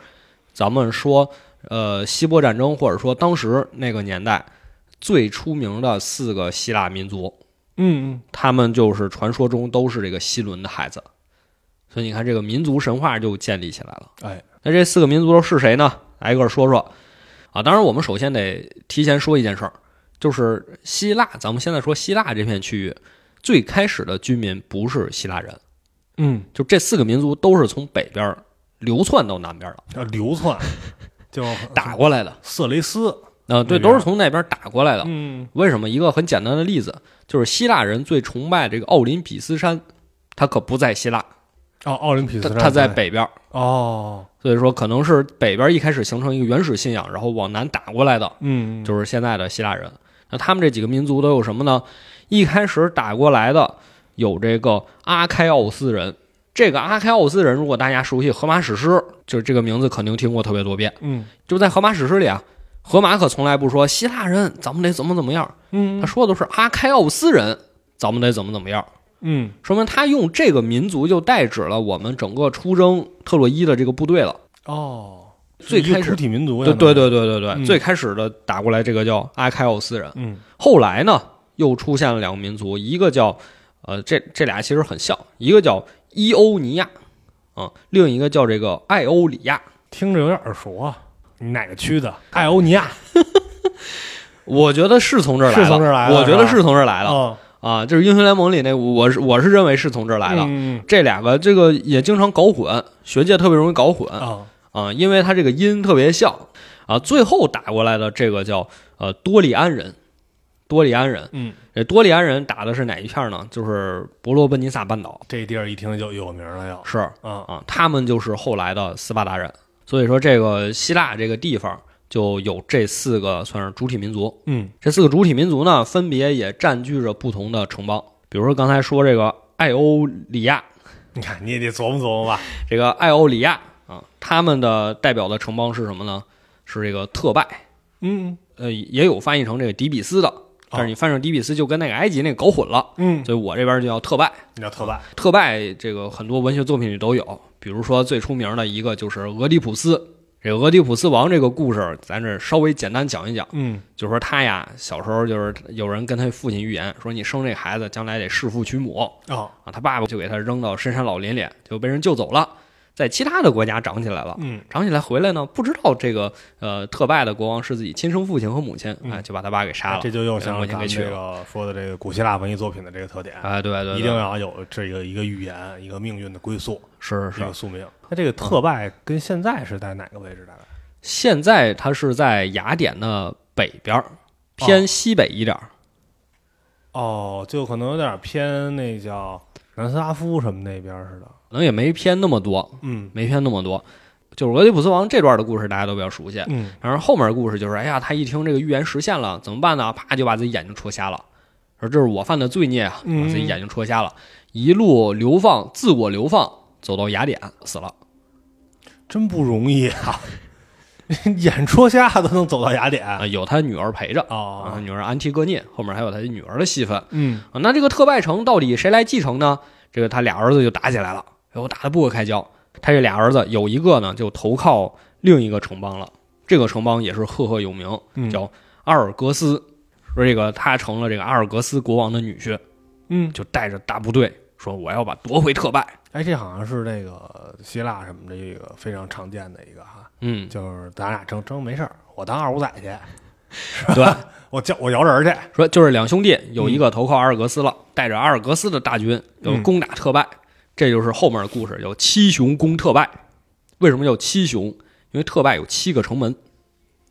B: 咱们说，呃，希波战争或者说当时那个年代最出名的四个希腊民族，
A: 嗯
B: 他们就是传说中都是这个希伦的孩子，所以你看这个民族神话就建立起来了。
A: 哎，
B: 那这四个民族都是谁呢？挨个说说啊。当然，我们首先得提前说一件事儿，就是希腊，咱们现在说希腊这片区域，最开始的居民不是希腊人，
A: 嗯
B: 就这四个民族都是从北边儿流窜到南边儿的，
A: 嗯，叫流窜，叫
B: 打过来的。
A: 色雷斯，那
B: 啊，对，
A: 边
B: 都是从那边打过来的。
A: 嗯
B: 为什么？一个很简单的例子，就是希腊人最崇拜这个奥林匹斯山，它可不在希腊，
A: 哦，奥林匹斯
B: 它
A: 山，
B: 它在北边儿，
A: 哦，
B: 所以说可能是北边一开始形成一个原始信仰，然后往南打过来的，
A: 嗯，
B: 就是现在的希腊人。那他们这几个民族都有什么呢？一开始打过来的有这个阿开奥斯人。这个阿开奥斯人，如果大家熟悉《荷马史诗》，就是这个名字肯定听过特别多遍。
A: 嗯
B: 就在《荷马史诗》里啊，荷马可从来不说希腊人咱们得怎么怎么样，
A: 嗯
B: 他说的是阿开奥斯人咱们得怎么怎么样。
A: 嗯，
B: 说明他用这个民族就代指了我们整个出征特洛伊的这个部队了。
A: 哦，
B: 最开始
A: 是一个主体民族啊呀，
B: 对对对对对对，
A: 嗯
B: 最开始的打过来这个叫阿开奥斯人，
A: 嗯
B: 后来呢又出现了两个民族，一个叫呃这这俩其实很像，一个叫伊欧尼亚啊、另一个叫这个艾欧里亚。
A: 听着有点耳熟啊。你哪个区的？爱欧尼亚
B: 我觉得是从这儿来的，
A: 是从这儿来的
B: 我觉得
A: 是吧
B: 是从这儿来的、
A: 哦
B: 啊，就是英雄联盟里那，我是我是认为是从这儿来的。
A: 嗯
B: 这两个这个也经常搞混，学界特别容易搞混
A: 嗯啊，
B: 啊，因为它这个音特别像啊。最后打过来的这个叫呃多利安人，多利安人，
A: 嗯，
B: 这多利安人打的是哪一片呢？就是伯罗奔尼撒半岛，
A: 这地儿一听就有名了要，
B: 是
A: 啊
B: 啊，他们就是后来的斯巴达人。所以说，这个希腊这个地方就有这四个算是主体民族。
A: 嗯
B: 这四个主体民族呢，分别也占据着不同的城邦。比如说刚才说这个艾欧里亚，
A: 你看你也得琢磨琢磨吧，
B: 这个艾欧里亚啊，他们的代表的城邦是什么呢？是这个特拜，
A: 嗯
B: 呃，也有翻译成这个底比斯的，但是你翻译成底比斯就跟那个埃及那个搞混了，
A: 嗯，
B: 所以我这边就叫特拜。
A: 你叫特拜，
B: 特拜这个很多文学作品里都有，比如说最出名的一个就是俄狄浦斯。这个俄狄浦斯王这个故事，咱这稍微简单讲一讲，
A: 嗯
B: 就是说他呀小时候就是有人跟他父亲预言说你生这孩子将来得弑父娶母
A: 哦
B: 啊，他爸爸就给他扔到深山老林里，就被人救走了，在其他的国家长起来了。
A: 嗯
B: 长起来回来呢，不知道这个呃特拜的国王是自己亲生父亲和母亲，
A: 嗯
B: 哎，就把他爸给杀了。
A: 这就又像
B: 我
A: 是
B: 先
A: 咱们
B: 给去
A: 这个说的这个古希腊文艺作品的这个特点，
B: 哎，对对对，
A: 一定要有这个一个预言，一个命运的归宿，
B: 是
A: 一
B: 是
A: 个。宿命。那这个特拜跟现在是在哪个位置？大概
B: 现在他是在雅典的北边儿，偏西北一点儿。
A: 哦，就可能有点偏那叫南斯拉夫什么那边似的。
B: 可能也没偏那么多，
A: 嗯
B: 没偏那么多。就是俄狄浦斯王这段的故事，大家都比较熟悉。
A: 嗯，
B: 然后后面的故事就是，哎呀，他一听这个预言实现了，怎么办呢？啪就把自己眼睛戳瞎了，说这是我犯的罪孽啊，
A: 嗯
B: 把自己眼睛戳瞎了，一路流放，自我流放，走到雅典死了。
A: 真不容易啊！演戳瞎都能走到雅典
B: 啊，有他女儿陪着啊，他
A: 哦，
B: 女儿安提戈涅，后面还有他女儿的戏份啊。
A: 嗯
B: 那这个特拜城到底谁来继承呢？这个他俩儿子就打起来了，哎呦，打得不可开交。他这俩儿子有一个呢就投靠另一个城邦了，这个城邦也是赫赫有名，
A: 嗯
B: 叫阿尔格斯。说这个他成了这个阿尔格斯国王的女婿，
A: 嗯，
B: 就带着大部队说我要把夺回特拜。
A: 哎，这好像是那个希腊什么的这个非常常见的一个哈，
B: 嗯，
A: 就是咱俩争争没事儿，我当二五仔去，
B: 嗯对，
A: 我叫我摇人去，
B: 说就是两兄弟有一个投靠阿尔格斯了，带着阿尔格斯的大军要
A: 嗯
B: 攻打特拜，这就是后面的故事，叫七雄攻特拜。为什么叫七雄？因为特拜有七个城门，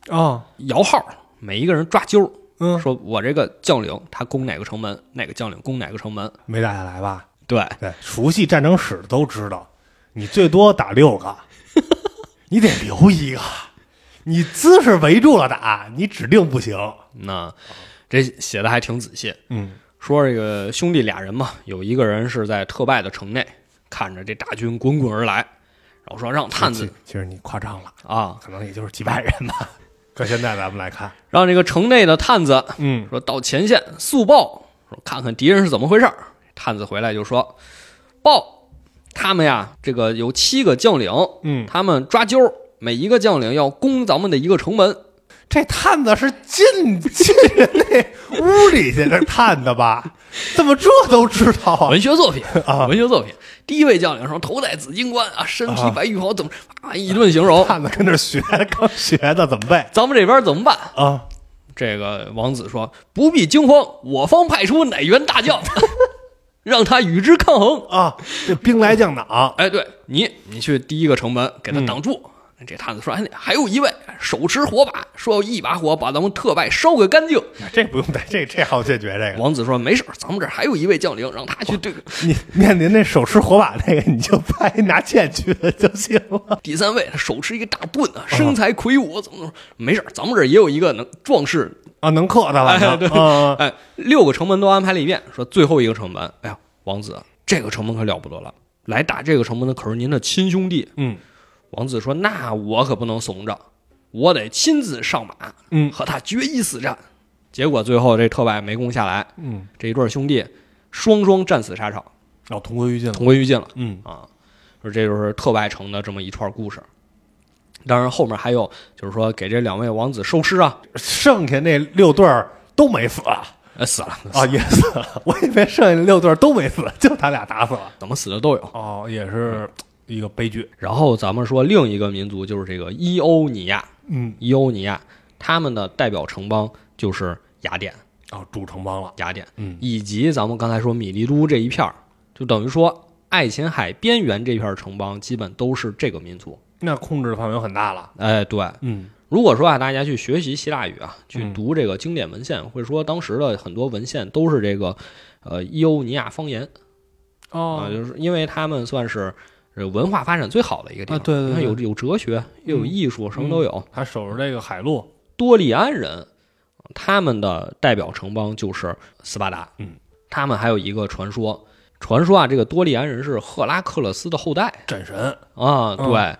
A: 哦，
B: 摇号，每一个人抓阄儿，
A: 嗯，
B: 说我这个将领他攻哪个城门，哪个将领攻哪个城门。
A: 没打下来吧？
B: 对，
A: 对，熟悉战争史的都知道，你最多打六 个，你得留一个。你姿势围住了打，你指定不行。
B: 那这写的还挺仔细。
A: 嗯
B: 说这个兄弟俩人嘛，有一个人是在特拜的城内看着这大军滚滚而来，然后说让探子
A: 其其实你夸张了，
B: 啊，
A: 可能也就是几百人吧。 搁现在咱们来看，
B: 让这个城内的探子
A: 嗯，
B: 说到前线速报，说看看敌人是怎么回事儿。探子回来就说：“报，他们呀，这个有七个将领，
A: 嗯
B: 他们抓阄儿，每一个将领要攻咱们的一个城门。
A: 这探子是进进人那屋里去那探的吧？ 怎么这都知道啊？
B: 文学作品
A: 啊
B: 文学作品。第一位将领说头戴紫金冠啊，身披
A: 啊
B: 白玉袍，怎么啊一顿形容。
A: 探子跟那儿学，刚学的怎么背
B: 咱们这边怎么办？
A: 啊？
B: 这个王子说不必惊慌，我方派出乃元大将， 让他与之抗衡。”
A: 啊，这兵来将挡，
B: 哎，对你，你去第一个城门给他挡住。这探子说：“哎，还有一位手持火把，说要一把火把咱们特拜烧个干净。
A: 这不用带，这这好解决这”个。
B: 王子说：“没事儿，咱们这儿还有一位将领，让他去对付。
A: 你面临那手持火把那个，你就拍拿剑去就行了。
B: 第三位，他手持一个大盾啊，身材魁梧，怎么怎么？没事儿，咱们这儿也有一个能壮士。
A: 啊，能克他晚
B: 哎
A: 上
B: 对
A: 啊，
B: 哎，六个城门都安排了一遍，说最后一个城门，哎呀，王子，这个城门可了不得了，来打这个城门的可是您的亲兄弟。
A: 嗯
B: 王子说：那我可不能怂着，我得亲自上马，
A: 嗯
B: 和他决一死战。结果最后这特拜没攻下来，
A: 嗯，
B: 这一对兄弟双双战死沙场，
A: 然后哦同归于尽了。
B: 同归于尽了
A: 嗯
B: 啊！说这就是特拜城的这么一串故事。当然后面还有，就是说给这两位王子收尸啊，
A: 剩下那六对儿都没死啊，
B: 呃，死了，
A: 啊也死了。 我以为剩下那六对儿都没死，就他俩打死了。
B: 怎么死的都有。
A: 哦，也是一个悲剧。
B: 然后咱们说另一个民族就是这个伊欧尼亚，
A: 嗯，
B: 伊欧尼亚他们的代表城邦就是雅典，
A: 哦，主城邦了。
B: 雅典，
A: 嗯
B: 以及咱们刚才说米利都这一片儿，就等于说爱琴海边缘这片儿城邦基本都是这个民族。
A: 那控制的范围很大了。
B: 哎，对，
A: 嗯
B: 如果说啊，大家去学习希腊语啊，去
A: 嗯
B: 读这个经典文献，会说当时的很多文献都是这个呃伊欧尼亚方言啊、
A: 哦，
B: 就是因为他们算是呃文化发展最好的一个地方，
A: 啊对对
B: 你看
A: 对
B: 有有哲学，又有
A: 嗯
B: 艺术，什么都有。
A: 他守着这个海陆。
B: 多利安人，他们的代表城邦就是斯巴达。
A: 嗯，
B: 他们还有一个传说，传说啊，这个多利安人是赫拉克勒斯的后代
A: 战神，
B: 啊。
A: 嗯
B: 对，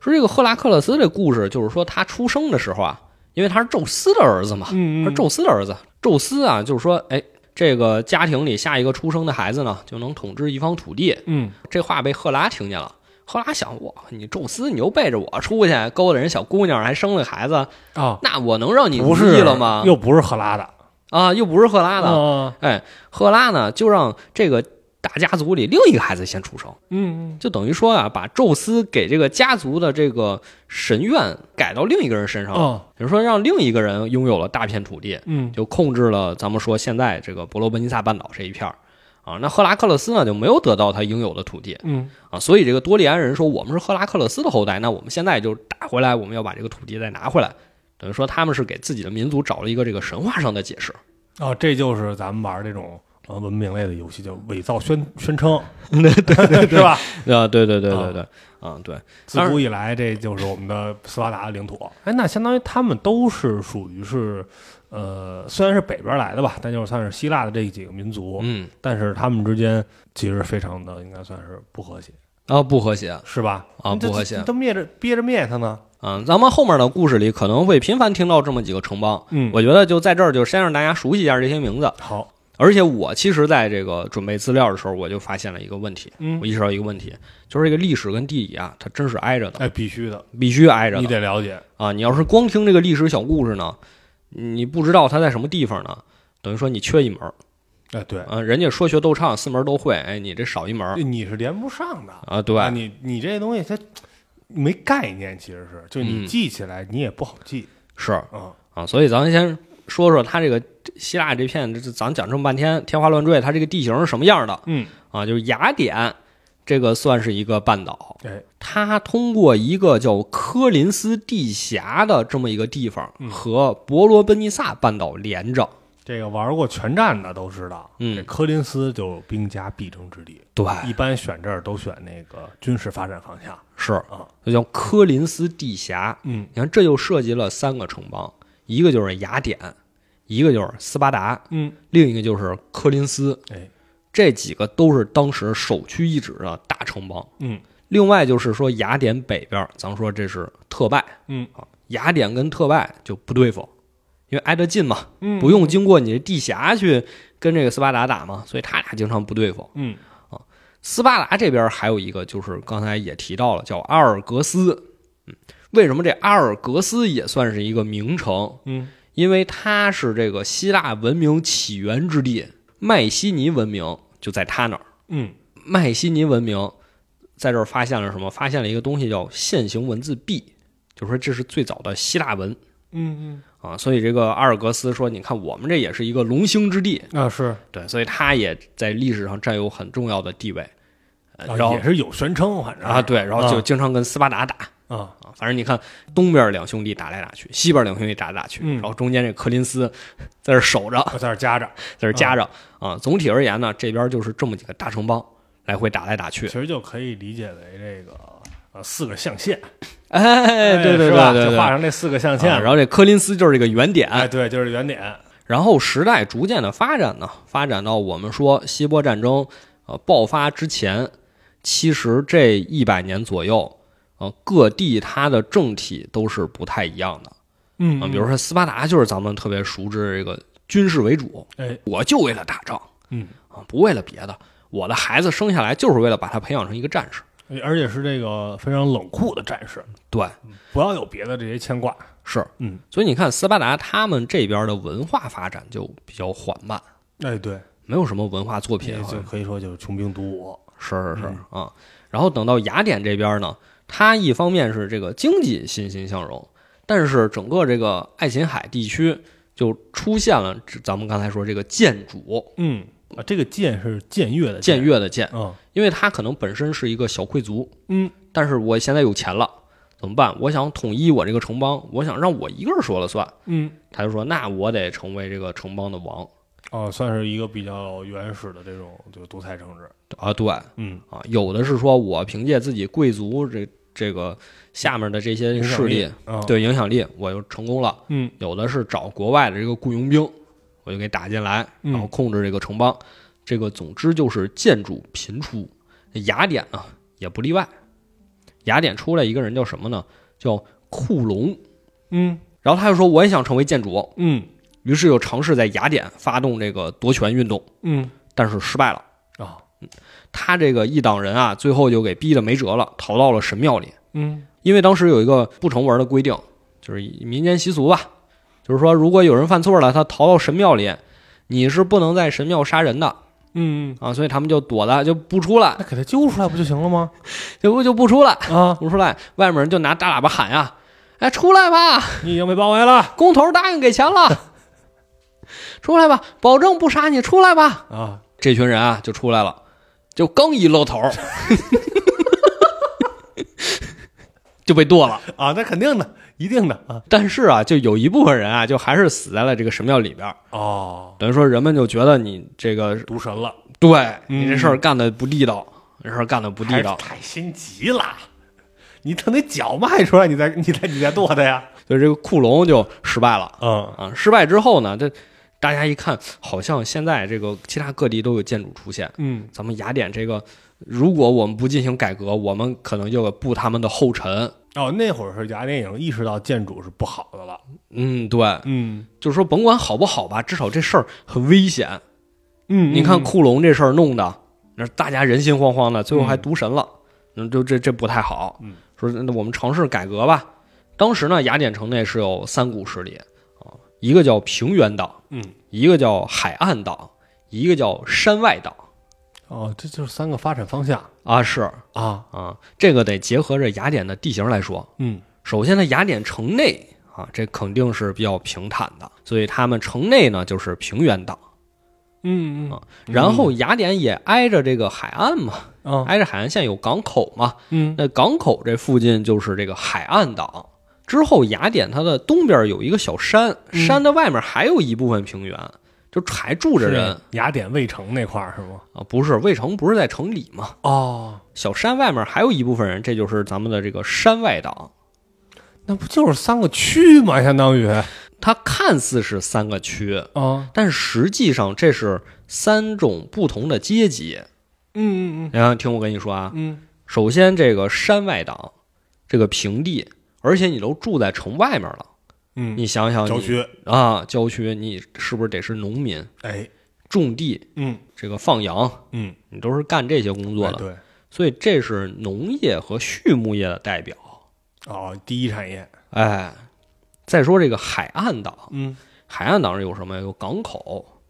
B: 说这个赫拉克勒斯这故事，就是说他出生的时候啊，因为他是宙斯的儿子嘛，
A: 嗯
B: 他是宙斯的儿子。宙斯啊，就是说，哎，这个家庭里下一个出生的孩子呢，就能统治一方土地。
A: 嗯，
B: 这话被赫拉听见了。赫拉想，哇，你宙斯，你又背着我出去勾搭人小姑娘，还生了孩子，
A: 哦，
B: 那我能让你
A: 不
B: 无
A: 是
B: 意了吗？
A: 又嗯不是赫拉的，
B: 啊，又不是赫拉的，
A: 的，
B: 哎，赫拉呢就让这个大家族里另一个孩子先出生，
A: 嗯
B: 就等于说啊，把宙斯给这个家族的这个神愿改到另一个人身
A: 嗯，
B: 上了，
A: 哦，
B: 比如说让另一个人拥有了大片土地，
A: 嗯
B: 就控制了咱们说现在这个伯罗奔尼撒半岛这一片儿。啊，那赫拉克勒斯呢就没有得到他应有的土地
A: 嗯。
B: 啊，所以这个多利安人说我们是赫拉克勒斯的后代，那我们现在就打回来，我们要把这个土地再拿回来，等于说他们是给自己的民族找了一个这个神话上的解释。
A: 哦，这就是咱们玩这种呃文明类的游戏，叫伪造宣宣 称，对对 对，是吧？
B: 啊，对对对对对，啊对，
A: 自古以来，这就是我们的斯巴达的领土。哎，那相当于他们都是属于是，呃，虽然是北边来的吧，但就是算是希腊的这几个民族，
B: 嗯，
A: 但是他们之间其实非常的应该算是不和谐。
B: 啊，不和谐
A: 是吧？
B: 啊，
A: 这
B: 不和谐
A: 这。都灭着憋着灭他呢。
B: 嗯，咱们后面的故事里可能会频繁听到这么几个城邦，
A: 嗯，
B: 我觉得就在这儿就先让大家熟悉一下这些名字。
A: 好，
B: 而且我其实在这个准备资料的时候，我就发现了一个问题，
A: 嗯
B: 我，意识到一个问题，就是这个历史跟地理啊，它真是挨着的，
A: 哎，必须的，
B: 必须挨着
A: 你
B: 的
A: 得了解。
B: 啊！你要是光听这个历史小故事呢，你不知道它在什么地方呢，等于说你缺一门儿。
A: 哎，对，
B: 嗯、人家说学逗唱四门都会，哎，你这少一门儿
A: 你是连不上的。
B: 啊，对，
A: 啊你你这东西它没概念，其实是就你
B: 嗯
A: 记起来你也不好记
B: 是
A: 啊。
B: 啊，所以咱先说说它这个希腊这片，这这咱讲这么半天天花乱坠，它这个地形是什么样的
A: 嗯，
B: 啊？就是雅典，这个算是一个半岛，
A: 哎，
B: 它通过一个叫科林斯地峡的这么一个地方
A: 嗯
B: 和伯罗奔尼撒半岛连着。
A: 这个玩过全战的都知道，这
B: 嗯，
A: 科林斯就是兵家必争之地，
B: 对，
A: 一般选这儿都选那个军事发展方向
B: 是，
A: 啊。
B: 就叫科林斯地峡。
A: 嗯，
B: 你看，这就涉及了三个城邦，一个就是雅典，一个就是斯巴达，
A: 嗯，
B: 另一个就是科林斯。
A: 哎，
B: 这几个都是当时首屈一指的大城邦。
A: 嗯
B: 另外就是说，雅典北边儿，咱们说这是特拜，啊
A: 嗯
B: 雅典跟特拜就不对付，因为挨得近嘛。
A: 嗯，
B: 不用经过你的地峡去跟这个斯巴达打嘛，所以他俩经常不对付。
A: 嗯
B: 斯巴达这边还有一个，就是刚才也提到了，叫阿尔格斯。嗯，为什么这阿尔格斯也算是一个名城？
A: 嗯
B: 因为它是这个希腊文明起源之地，迈锡尼文明就在它那儿。
A: 嗯
B: 迈锡尼文明在这儿发现了什么？发现了一个东西叫线形文字 B，就是说这是最早的希腊文
A: 嗯
B: 啊。所以这个阿尔格斯说，你看我们这也是一个龙兴之地，
A: 嗯啊是，
B: 对，所以他也在历史上占有很重要的地位。呃
A: 啊
B: 然后
A: 也是有宣称，反正
B: 啊，对，然后就经常跟斯巴达打
A: 啊
B: 啊，反正你看东边两兄弟打来打去，西边两兄弟打来打去，
A: 嗯
B: 然后中间这克林斯 在这儿守着，
A: 我在这儿夹着，
B: 在这儿夹着啊。总体而言呢，这边就是这么几个大城邦来回打来打去
A: 其。实就可以理解为这个呃四个象限，
B: 哎，对对
A: 是
B: 对
A: 吧
B: 对
A: 就
B: 对。
A: 画
B: 啊
A: 上这四个象限，
B: 然后这啊柯林斯就是这个原点，
A: 哎对，就是原点，
B: 然后时代逐渐的发展呢，发展到我们说希波战争呃爆发之前，其实这一百年左右，呃各地它的政体都是不太一样的
A: 嗯
B: 啊、比如说斯巴达就是咱们特别熟知这个军事为主，
A: 哎
B: 我就为了打仗
A: 嗯。
B: 啊，不为了别的。我的孩子生下来就是为了把他培养成一个战士，
A: 而且是这个非常冷酷的战士，
B: 对，
A: 不要有别的这些牵挂。
B: 是，
A: 嗯，
B: 所以你看斯巴达他们这边的文化发展就比较缓慢，
A: 哎，对，
B: 没有什么文化作品，好像
A: 就可以说就是穷兵黩武。
B: 是是是
A: 嗯
B: 啊。然后等到雅典这边呢，它一方面是这个经济欣欣向荣，但是整个这个爱琴海地区就出现了这咱们刚才说这个建主
A: 嗯，啊，这个剑是僭越的
B: 僭
A: 僭，
B: 越的建，
A: 嗯
B: 因为他可能本身是一个小贵族，
A: 嗯，
B: 但是我现在有钱了。怎么办？我想统一我这个城邦，我想让我一个人说了算。
A: 嗯，
B: 他就说：“那我得成为这个城邦的王
A: 哦，算是一个比较原始的这种就独裁政治。
B: 啊！”对，
A: 嗯，
B: 啊，有的是说我凭借自己贵族这这个下面的这些
A: 影响
B: 势力，
A: 啊，，
B: 对影响力，我就成功了。
A: 嗯
B: 有的是找国外的这个雇佣兵，我就给打进来，
A: 嗯
B: 然后控制这个城邦。这个总之就是建主频出，雅典呢也不例外。雅典出来一个人叫什么呢？叫库隆。
A: 嗯
B: 然后他就说我也想成为建主，
A: 嗯
B: 于是又尝试在雅典发动这个夺权运动，
A: 嗯，
B: 但是失败了。
A: 啊，
B: 他这个一党人啊，最后就给逼得没辙了，逃到了神庙里。
A: 嗯
B: 因为当时有一个不成文的规定，就是民间习俗吧，就是说如果有人犯错了，他逃到神庙里，你是不能在神庙杀人的
A: 嗯，
B: 啊，所以他们就躲的就不出来，
A: 那给他揪出来不就行了吗？
B: 就不就不出来，
A: 啊，
B: 不出来，外面人就拿大喇叭喊呀、哎，出来吧，
A: 你已经被包围了
B: 工头答应给钱了， 出来吧，保证不杀你，出来吧。
A: 啊，
B: 这群人啊就出来了，就刚一露头， 就被剁了。
A: 啊，那肯定的，一定的啊。
B: 但是啊，就有一部分人啊，就还是死在了这个神庙里边儿。
A: 哦，
B: 等于说，人们就觉得你这个
A: 毒神了，
B: 对
A: 嗯
B: 你这事儿干的不地道，这事儿干的不
A: 不
B: 地道，
A: 太心急了。你等那脚迈出来，你再 你再你再剁他呀。
B: 所以这个库龙就失败了
A: 嗯
B: 啊。失败之后呢，这大家一看，好像现在这个其他各地都有建筑出现，
A: 嗯
B: 咱们雅典这个如果我们不进行改革，我们可能就步他们的后尘。
A: 哦，那会儿是雅典已经意识到建筑是不好的了。
B: 嗯，对，
A: 嗯
B: 就是说甭管好不好吧，至少这事儿很危险。
A: 嗯
B: 你看
A: 嗯
B: 库龙这事儿弄的，那大家人心惶惶的，最后还毒神了，那、就这这不太好。
A: 嗯，
B: 说那我们尝试改革吧。当时呢，雅典城内是有三股势力啊，一个叫平原党，
A: 嗯，
B: 一个叫海岸党，一个叫山外党
A: 哦，这就是三个发展方向
B: 啊，是
A: 啊。
B: 啊，这个得结合着雅典的地形来说。
A: 嗯
B: 首先呢，雅典城内啊，这肯定是比较平坦的，所以他们城内呢就是平原党。
A: 嗯
B: 啊然后雅典也挨着这个海岸嘛，
A: 嗯啊
B: 挨着海岸线有港口嘛，
A: 嗯
B: 那港口这附近就是这个海岸岛。之后，雅典它的东边有一个小山，
A: 嗯
B: 山的外面还有一部分平原，就还住着人
A: 是雅典卫城那块儿是吗？
B: 啊。不是卫城不是在城里嘛？
A: 哦，
B: 小山外面还有一部分人，这就是咱们的这个山外党。
A: 那不就是三个区吗？相当于
B: 它看似是三个区，
A: 啊，
B: 但实际上这是三种不同的阶级。
A: 嗯嗯
B: 你看，听我跟你说啊，
A: 嗯
B: 首先，这个山外党，这个平地，而且你都住在城外面了，
A: 嗯嗯，
B: 你想想你，
A: 郊区，
B: 啊，郊区，你是不是得是农民
A: 哎，
B: 种地、
A: 嗯
B: 这个放羊，
A: 嗯，
B: 你都是干这些工作
A: 哎
B: 的？
A: 对，
B: 所以这是农业和畜牧业的代表。
A: 哦，第一产业，
B: 哎，再说这个海岸党，
A: 嗯，
B: 海岸党是有什么呀？有港口，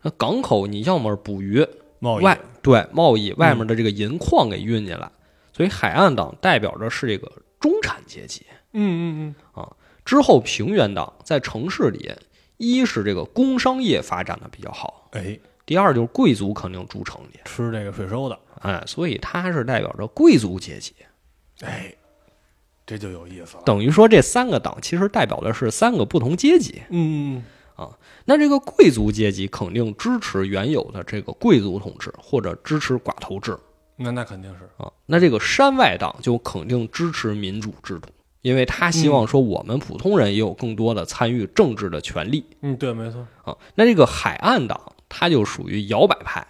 B: 那港口你要么是捕鱼，
A: 贸易，嗯
B: 外对贸易外面的这个银矿给运进来，所以海岸党代表着是这个中产阶级。
A: 嗯嗯
B: 之后，平原党在城市里，一是这个工商业发展的比较好，
A: 嗯，哎，
B: 第二就是贵族肯定住城里，
A: 吃这个税收的，
B: 哎，所以它是代表着贵族阶级。
A: 哎，这就有意思了。
B: 等于说，这三个党其实代表的是三个不同阶级。
A: 嗯嗯
B: 那这个贵族阶级肯定支持原有的这个贵族统治，或者支持寡头制
A: 那那肯定是，
B: 啊。那这个山外党就肯定支持民主制度，因为他希
A: 嗯
B: 望说我们普通人也有更多的参与政治的权利。
A: 嗯，对，没错，
B: 啊。那这个海岸党，它就属于摇摆派，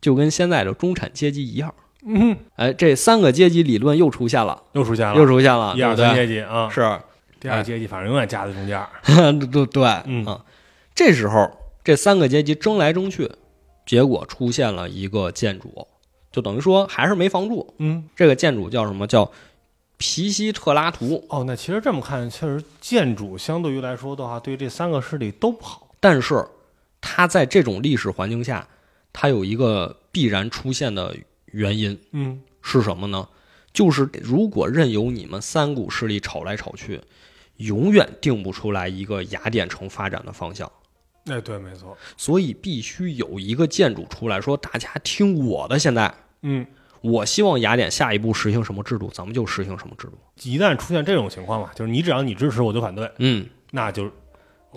B: 就跟现在的中产阶级一样。
A: 嗯，
B: 哎，这三个阶级理论又出现了，
A: 又出现了，
B: 又出现了，
A: 啊一
B: 对
A: 二
B: 不
A: 三
B: 对？
A: 阶级啊，
B: 是，
A: 第二阶级，反正永远夹在中间儿。
B: 对对，
A: 嗯
B: 啊。这时候，这三个阶级争来争去，结果出现了一个建筑，就等于说还是没防住。
A: 嗯，
B: 这个建筑叫什么？叫皮西特拉图。
A: 哦，那其实这么看，确实建筑相对于来说的话，对这三个势力都不好。
B: 但是，它在这种历史环境下，它有一个必然出现的原因，
A: 嗯
B: 是什么呢？就是如果任由你们三股势力吵来吵去，永远定不出来一个雅典城发展的方向。
A: 哎，对，没错。
B: 所以必须有一个建筑出来说，大家听我的，现在
A: 嗯，
B: 我希望雅典下一步实行什么制度，咱们就实行什么制度。
A: 一旦出现这种情况嘛，就是你只要你支持，我就反对，
B: 嗯，
A: 那就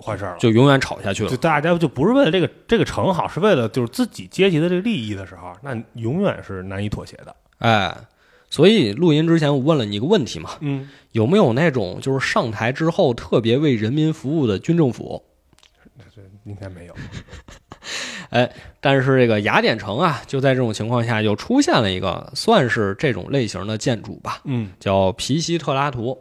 A: 坏事儿了。
B: 就永远吵下去了
A: 就。大家就不是为了这个这个城好，是为了就是自己阶级的这个利益的时候，那永远是难以妥协的。
B: 哎，所以录音之前我问了你一个问题嘛，
A: 嗯，
B: 有没有那种就是上台之后特别为人民服务的军政府？
A: 应该没有。
B: 但是这个雅典城啊，就在这种情况下又出现了一个算是这种类型的建筑吧，
A: 嗯
B: 叫皮西特拉图。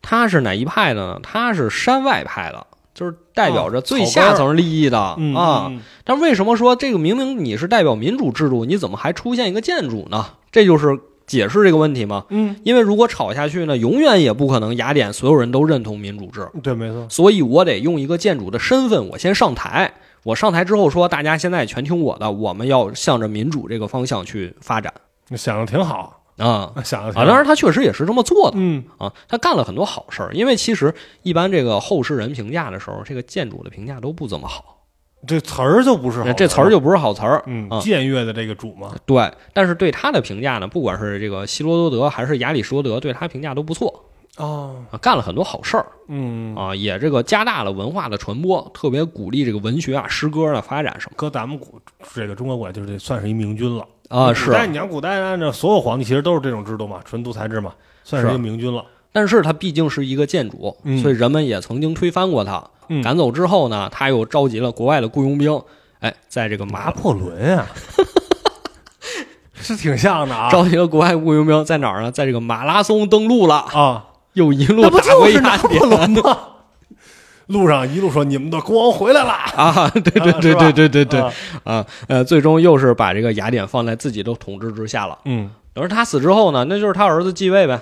B: 它是哪一派的呢？它是山外派的，就是代表着最下层利益的啊。
A: 嗯嗯
B: 但为什么说这个明明你是代表民主制度，你怎么还出现一个建筑呢？这就是解释这个问题嘛。
A: 嗯，
B: 因为如果吵下去呢，永远也不可能雅典所有人都认同民主制。
A: 嗯对，没错。
B: 所以我得用一个建主的身份，我先上台。我上台之后说，大家现在全听我的，我们要向着民主这个方向去发展
A: 你想的挺好，
B: 啊、
A: 想的
B: 啊！当然，他确实也是这么做的
A: 嗯
B: 啊，他干了很多好事儿。因为其实一般这个后世人评价的时候，这个建主的评价都不怎么好，
A: 这词儿就不是好
B: 这词儿就不是好词儿。
A: 嗯
B: 啊
A: 僭越的这个主嘛，
B: 对，但是对他的评价呢，不管是这个希罗多德还是亚里士多德，对他评价都不错
A: 哦，
B: 啊，干了很多好事儿
A: 嗯，
B: 啊，也这个加大了文化的传播，特别鼓励这个文学啊、诗歌的发展什么
A: 搁咱们古这个中国古代就是这算是一明君了
B: 的啊。是
A: 古代你讲古代按照所有皇帝其实都是这种制度嘛，纯独裁制嘛，算是一
B: 是啊
A: 个明君了。
B: 但是他毕竟是一个建主，
A: 嗯
B: 所以人们也曾经推翻过他。
A: 嗯
B: 赶走之后呢，他又召 集了国外的雇佣兵，哎，在这个
A: 拿
B: 马
A: 破仑啊，是挺像的啊
B: 召集了国外雇佣兵在哪儿呢？在这个马拉松登陆了，
A: 啊，
B: 又一路
A: 那不
B: 打
A: 就
B: 回
A: 是
B: 雅
A: 拿
B: 典
A: 破仑吗？ 路上一路说你们的国王回来了，
B: 啊！对对
A: 啊
B: 对
A: 是吧
B: 对对对对
A: 啊
B: 啊！呃，最终又是把这个雅典放在自己的统治之下了。
A: 嗯
B: 等于他死之后呢，那就是他儿子继位呗。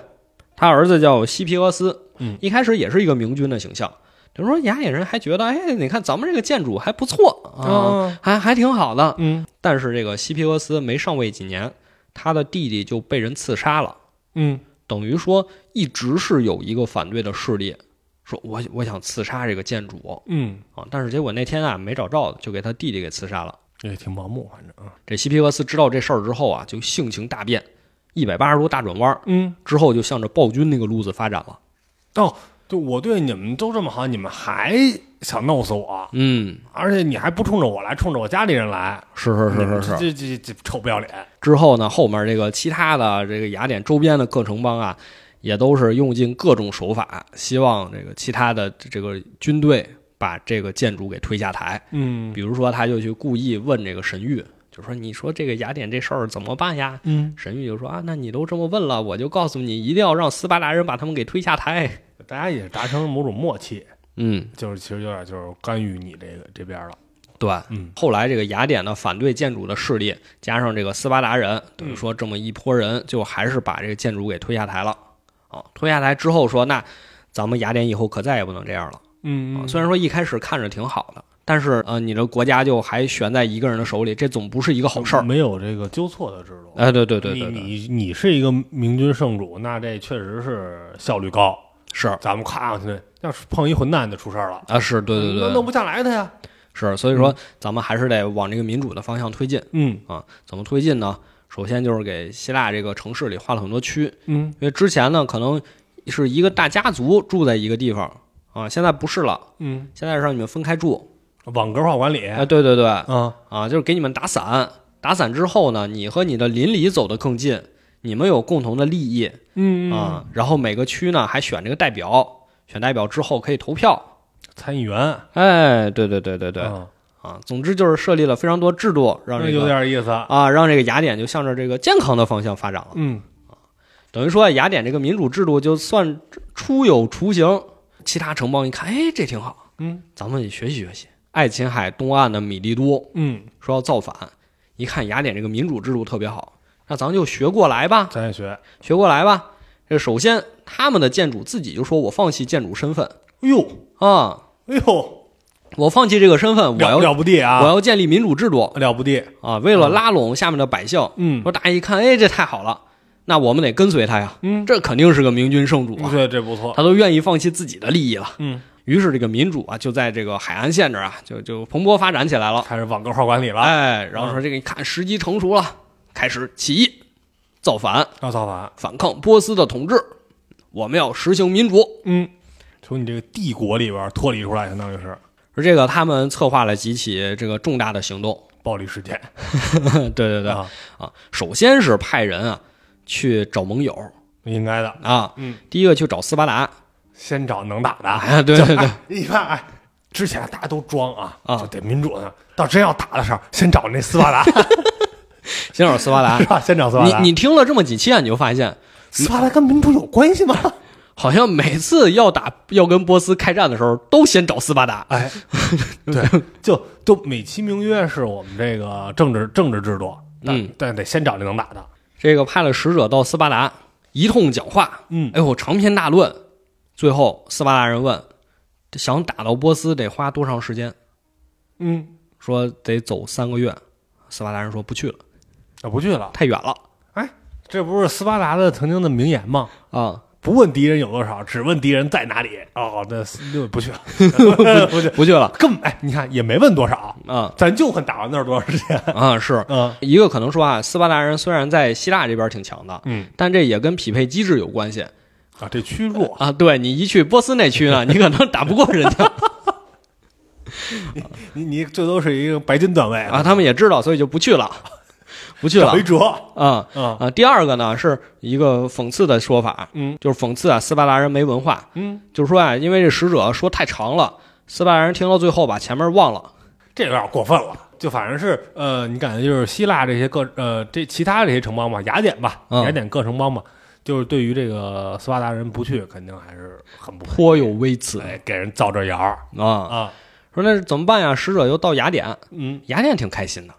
B: 他儿子叫西皮俄斯，
A: 嗯，
B: 一开始也是一个明君的形象。等于说雅典人还觉得，哎，你看咱们这个建筑还不错啊，
A: 啊
B: 还还挺好的。
A: 嗯
B: 但是这个西皮俄斯没上位几年，他的弟弟就被人刺杀了。
A: 嗯
B: 等于说一直是有一个反对的势力，说我我想刺杀这个建主
A: 嗯，
B: 啊，但是结果那天啊没找着，就给他弟弟给刺杀了。
A: 也挺盲目，反正啊，
B: 这西皮俄斯知道这事儿之后啊，就性情大变，一百八十度大转弯，
A: 嗯，
B: 之后就向着暴君那个路子发展了。
A: 哦，就我对你们都这么好，你们还想弄死我，
B: 嗯，
A: 而且你还不冲着我来，冲着我家里人来，
B: 是是
A: 你们，这这这这臭不要脸，
B: 之后呢，后面这个其他的这个雅典周边的各城邦啊，也都是用尽各种手法，希望这个其他的这个军队把这个建筑给推下台。
A: 嗯
B: 比如说，他就去故意问这个神谕，就说：“你说这个雅典这事儿怎么办呀
A: 嗯？”，
B: 神谕就说：“啊，那你都这么问了，我就告诉你，一定要让斯巴达人把他们给推下台。
A: 大家也达成某种默契，”
B: 嗯，
A: 就是其实有点就是干预你这个这边了，
B: 对。
A: 嗯
B: 后来这个雅典的反对建筑的势力，加上这个斯巴达人，等
A: 嗯
B: 于说这么一波人，就还是把这个建筑给推下台了。啊，推下台之后说，那咱们雅典以后可再也不能这样了。啊，
A: 嗯
B: 虽然说一开始看着挺好的，但是呃，你的国家就还悬在一个人的手里，这总不是一个好事儿。
A: 没有这个纠错的制度，
B: 哎，对对对对对，
A: 嗯你你你是一个明君圣主，那这确实是效率高。
B: 是
A: 咱们夸上去，要是碰一混蛋就出事儿了，
B: 啊，是对
A: 嗯
B: 对
A: 那嗯
B: 对
A: 弄
B: 对，
A: 不下来他呀。
B: 是，所以说咱们还是得往这个民主的方向推进
A: 嗯
B: 啊。怎么推进呢？首先就是给希腊这个城市里划了很多区，
A: 嗯
B: 因为之前呢可能是一个大家族住在一个地方啊，现在不是了，
A: 嗯，
B: 现在是让你们分开住。
A: 网格化管理
B: 哎，对对对，
A: 啊，
B: 啊，就是给你们打散，打散之后呢，你和你的邻里走得更近，你们有共同的利益
A: 嗯，
B: 啊。然后每个区呢还选这个代表，选代表之后可以投票。
A: 参议员
B: 哎，对对对对对，
A: 啊
B: 啊，总之就是设立了非常多制度，让
A: 那
B: 这
A: 有
B: 个
A: 点意思。
B: 啊，让这个雅典就向着这个健康的方向发展了。
A: 嗯
B: 等于说雅典这个民主制度就算初有雏形，其他城邦一看，哎，这挺好，
A: 嗯
B: 咱们也学习学习。爱琴海东岸的米利都
A: 嗯，
B: 说要造反，一看雅典这个民主制度特别好，那咱就学过来吧，
A: 咱也学。
B: 学过来吧。这首先他们的建主自己就说我放弃建主身份
A: 哎呦
B: 啊，
A: 哎呦，
B: 我放弃这个身份，我
A: 了
B: 要
A: 了不地
B: 我
A: 啊，
B: 要建立民主制度
A: 了不地。
B: 啊，为了拉拢下面的百姓，
A: 嗯
B: 说大家一看，哎，这太好了，那我们得跟随他呀，
A: 嗯，
B: 这肯定是个明君圣主啊，
A: 对，这不错。
B: 他都愿意放弃自己的利益了。
A: 嗯，
B: 于是这个民主啊，就在这个海岸线这儿啊，就就蓬勃发展起来了。
A: 嗯开始网格化管理了，
B: 哎，然后说这个一看时机成熟了，开始起义、造反、
A: 要造反。
B: 反抗波斯的统治，我们要实行民主。
A: 嗯，从你这个帝国里边脱离出来，相当于是
B: 而这个他们策划了几起这个重大的行动。
A: 暴力事件。
B: 对对对
A: 啊，
B: 啊，首先是派人啊去找盟友
A: 应该的。
B: 啊，
A: 嗯，
B: 第一个去找斯巴达
A: 先找能打的。
B: 啊，对对对，
A: 你看，哎，之前大家都装啊，
B: 啊
A: 就得民主呢。到真要打的时候，先找那斯巴 达，
B: 先找斯巴达
A: 是。吧？先 找斯巴达。
B: 你你听了这么几期啊，你就发现
A: 斯巴达跟民主有关系吗？
B: 好像每次要打要跟波斯开战的时候，都先找斯巴达。
A: 哎，对， 就就美其名曰是我们这个政治政治制度，但、
B: 嗯
A: 但得先找那能打的。
B: 这个派了使者到斯巴达，一通讲话，
A: 嗯，
B: 哎呦，长篇大论。最后，斯巴达人问，想打到波斯得花多长时间？
A: 嗯，
B: 说得走三个月。斯巴达人说不去了，
A: 那不去了。
B: 太远了
A: 这不是斯巴达的曾经的名言吗？
B: 啊、
A: 不问敌人有多少，只问敌人在哪里。哦，那那不去了，不去，
B: 不去了
A: 根本哎，你看也没问多少，
B: 啊
A: 咱就问打完那儿多长时间。
B: 啊！是
A: 嗯
B: 一个可能说啊，斯巴达人虽然在希腊这边挺强的，
A: 嗯
B: 但这也跟匹配机制有关系
A: 啊，这屈弱，
B: 啊。对你一去波斯那区呢，你可能打不过人家
A: 你你最多是一个白金段位
B: 啊，，他们也知道，所以就不去了，不去了
A: 找一折。
B: 啊。
A: 嗯
B: 啊，第二个呢是一个讽刺的说法，
A: 嗯，
B: 就是讽刺啊，斯巴达人没文化，
A: 嗯，
B: 就是说啊，因为这使者说太长了，斯巴达人听到最后把前面忘了
A: 这有点过分了。就反正是呃，你感觉就是希腊这些各呃这其他这些城邦吧，雅典吧，
B: 嗯
A: 雅典各城邦吧，就是对于这个斯巴达人不去，肯定还是很不
B: 颇有微词
A: 哎，给人造这谣儿
B: 啊。
A: 啊，
B: 说那怎么办呀？使者又到雅典，
A: 嗯，
B: 雅典挺开心的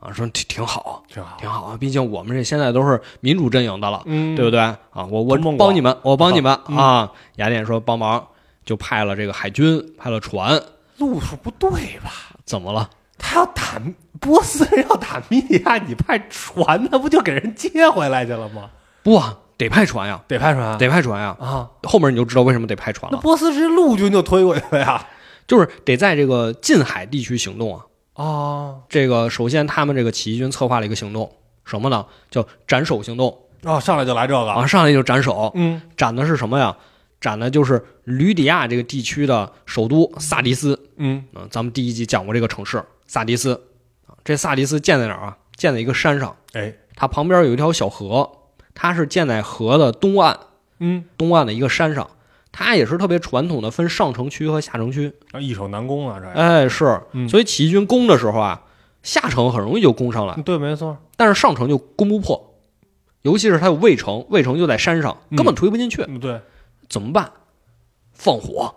B: 啊，说挺挺好，
A: 挺好，
B: 挺好啊，毕竟我们这现在都是民主阵营的了，
A: 嗯
B: 对不对啊？我我
A: 同盟国
B: 帮你们，我帮你们
A: 嗯
B: 啊。雅典说帮忙，就派了这个海军，派了船，
A: 路数不对吧？
B: 怎么了？
A: 他要打波斯人要打米底亚，你派船，那不就给人接回来去了吗？
B: 不啊，得派船呀，
A: 得派船，
B: 得派船呀。
A: 啊，
B: 后面你就知道为什么得派船
A: 那
B: 了，
A: 波斯是陆军就推过去了呀。
B: 就是得在这个近海地区行动啊。
A: 哦
B: 这个首先他们这个起义军策划了一个行动，什么呢？叫斩首行动
A: 哦，上来就来这个，
B: 啊，上来就斩首，
A: 嗯，
B: 斩的是什么呀？斩的就是吕底亚这个地区的首都萨迪斯。
A: 嗯
B: 嗯、咱们第一集讲过这个城市萨迪斯啊，这萨迪斯建在哪儿啊？建在一个山上，，
A: 哎，
B: 它旁边有一条小河，它是建在河的东岸，
A: 嗯，
B: 东岸的一个山上。它也是特别传统的，分上城区和下城区。
A: 易守难攻啊，这
B: 哎，是
A: 嗯，
B: 所以起义军攻的时候啊，下城很容易就攻上来，
A: 对，没错，
B: 但是上城就攻不破，尤其是它有卫城，卫城就在山上，根本推不进去，
A: 嗯对，
B: 怎么办？放火！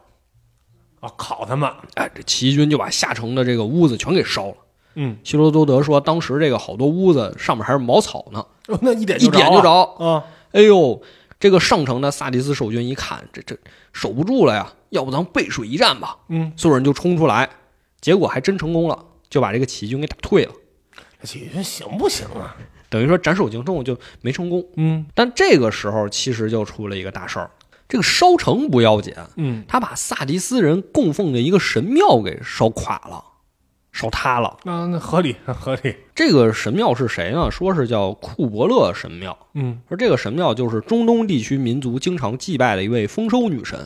A: 啊，烤他们，
B: 哎，这起义军就把下城的这个屋子全给烧了。
A: 嗯，
B: 希罗多德说，当时这个好多屋子上面还是茅草呢，
A: 哦那一点
B: 一点就
A: 就着
B: 着。
A: 啊，啊
B: 哎呦，这个上城的萨迪斯守军一看，这这守不住了呀，要不咱们背水一战吧？
A: 嗯，
B: 所有人就冲出来，结果还真成功了，就把这个起义军给打退了。
A: 这起义军行不行啊？
B: 等于说斩首行动就没成功。
A: 嗯
B: 但这个时候其实就出了一个大事儿，这个烧城不要紧，啊
A: 嗯，
B: 他把萨迪斯人供奉的一个神庙给烧垮了，烧塌了。
A: 那那合理 合理，
B: 这个神庙是谁呢？说是叫库伯勒神庙。
A: 嗯，
B: 说这个神庙就是中东地区民族经常祭拜的一位丰收女神，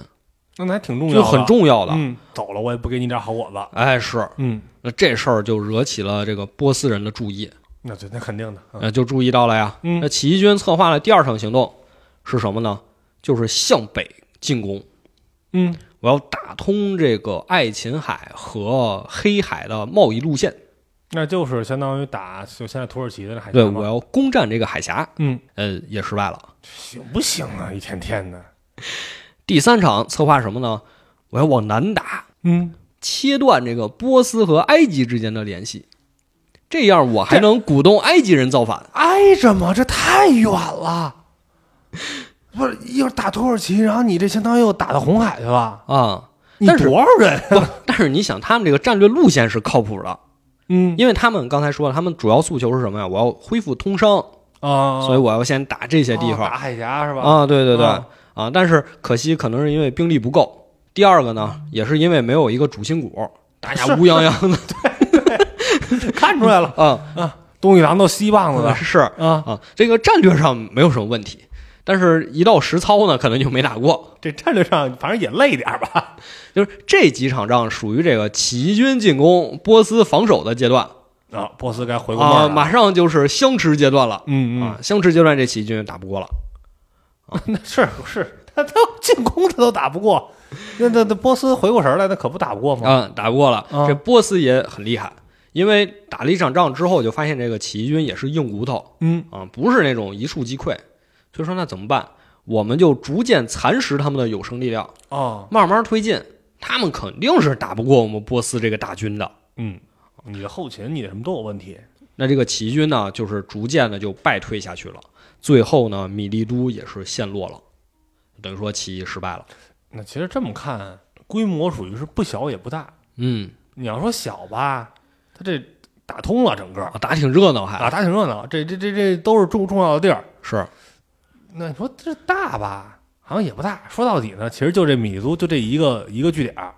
A: 那还挺重要
B: 就
A: 的，
B: 很重要的。
A: 嗯，走了我也不给你点好果子，
B: 哎，是，
A: 嗯，
B: 那这事儿就惹起了这个波斯人的注意，
A: 那对，那肯定的，嗯
B: 呃，就注意到了呀。
A: 嗯
B: 那起义军策划了第二场行动是什么呢？就是向北进攻。
A: 嗯，
B: 我要打通这个爱琴海和黑海的贸易路线，
A: 那就是相当于打就现在土耳其的那海峡
B: 对
A: 嘛
B: 我要攻占这个海峡，
A: 嗯，
B: 呃，也失败了。
A: 行不行啊？一天天的，
B: 第三场策划什么呢？我要往南打，
A: 嗯，
B: 切断这个波斯和埃及之间的联系，这样我还能鼓动埃及人造反。
A: 挨着吗？这太远了。不是，一会儿打土耳其，然后你这相当于又打到红海去了。
B: 啊、
A: 你
B: 但是
A: 多少人？啊
B: 但是你想，他们这个战略路线是靠谱的，
A: 嗯
B: 因为他们刚才说了，他们主要诉求是什么呀？我要恢复通商，
A: 啊，
B: 所以我要先打这些地
A: 哦
B: 方
A: 打海峡是吧？
B: 啊，对对对，
A: 啊
B: 啊，但是可惜可能是因为兵力不够，第二个呢，
A: 嗯
B: 也是因为没有一个主心
A: 哎
B: 骨，大家乌泱泱的
A: 看出来了，
B: 啊，
A: 东一榔头西棒子的
B: 是
A: 啊，
B: 啊，这个战略上没有什么问题，但是一到实操呢，可能就没打过。
A: 这战略上反正也累点儿吧。
B: 就是这几场仗属于这个起义军进攻、波斯防守的阶段
A: 啊，波斯该回过味
B: 啊，
A: 儿了。
B: 马上就是相持阶段了
A: 嗯嗯，
B: 啊，相持阶段这起义军打不过了。
A: 那是是，他都进攻他都打不 过，那那那波斯回过神儿来，那可不打不过吗？
B: 嗯，打不过了。
A: 啊
B: 这波斯也很厉害，因为打了一场仗之后，就发现这个起义军也是硬骨头
A: 嗯
B: 啊，不是那种一触即溃。所以说，那怎么办？我们就逐渐蚕食他们的有生力量，
A: 哦，
B: 慢慢推进。他们肯定是打不过我们波斯这个大军的。
A: 嗯，你的后勤你的什么都有问题。
B: 那这个起义军呢，就是逐渐的就败退下去了。最后呢，米利都也是陷落了，等于说起义失败了。
A: 那其实这么看，规模属于是不小也不大。
B: 嗯，
A: 你要说小吧，他这打通了整个
B: 啊打挺热闹还，
A: 啊，打挺热闹，这这这这都是重重要的地儿。
B: 是
A: 那你说这大吧，好像也不大。说到底呢，其实就这米利都就这一个一个据点儿，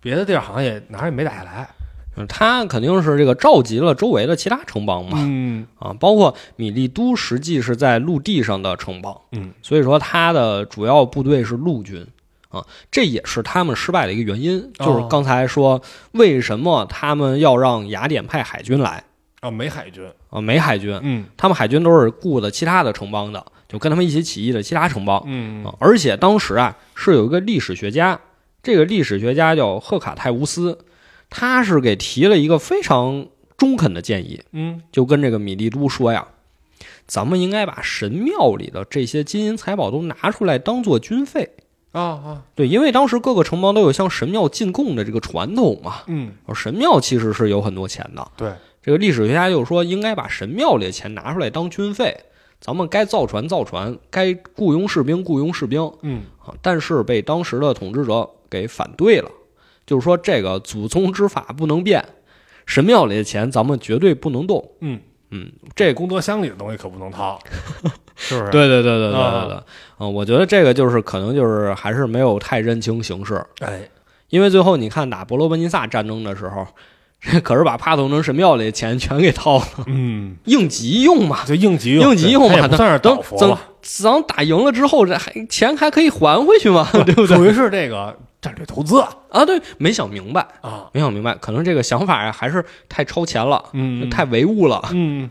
A: 别的地儿好像也哪儿也没打下来。
B: 嗯他肯定是这个召集了周围的其他城邦嘛。
A: 嗯
B: 啊，包括米利都实际是在陆地上的城邦，
A: 嗯，
B: 所以说他的主要部队是陆军啊，这也是他们失败的一个原因。就是
A: 哦
B: 刚才说，为什么他们要让雅典派海军来
A: 啊，没海军。
B: 啊？没海军，
A: 嗯
B: 他们海军都是雇的其他的城邦的，就跟他们一起起义的其他城邦
A: 嗯
B: 啊。而且当时啊，是有一个历史学家，这个历史学家叫赫卡泰乌斯，他是给提了一个非常中肯的建议，
A: 嗯
B: 就跟这个米利都说呀，咱们应该把神庙里的这些金银财宝都拿出来当做军费。
A: 啊啊，
B: 对，因为当时各个城邦都有向神庙进贡的这个传统嘛，
A: 嗯，
B: 神庙其实是有很多钱的。
A: 对，
B: 这个历史学家就说，应该把神庙里的钱拿出来当军费，咱们该造船造船，该雇佣士兵雇佣士兵
A: 嗯
B: 啊。但是被当时的统治者给反对了，就是说这个祖宗之法不能变，神庙里的钱咱们绝对不能动。
A: 嗯，
B: 嗯，这
A: 功德箱里的东西可不能掏， 是不是？
B: 对对对对对
A: 啊
B: 对对，嗯，我觉得这个就是可能就是还是没有太认清形势，
A: 哎，
B: 因为最后你看打伯罗奔尼撒战争的时候， 这可是把帕特农神庙里的钱全给掏了，
A: 嗯，
B: 应急用嘛。
A: 就应急
B: 应急用
A: 它
B: 嘛，
A: 哎也不算是
B: 等
A: 倒佛
B: 等
A: 吧，
B: 等打赢了之后，这还钱还可以还回去嘛，对不对？
A: 属于是这个战略 投资
B: 啊，对，没想明白，
A: 啊，
B: 没想明白，可能这个想法呀还是太超前了，
A: 嗯，
B: 太唯物了。
A: 嗯，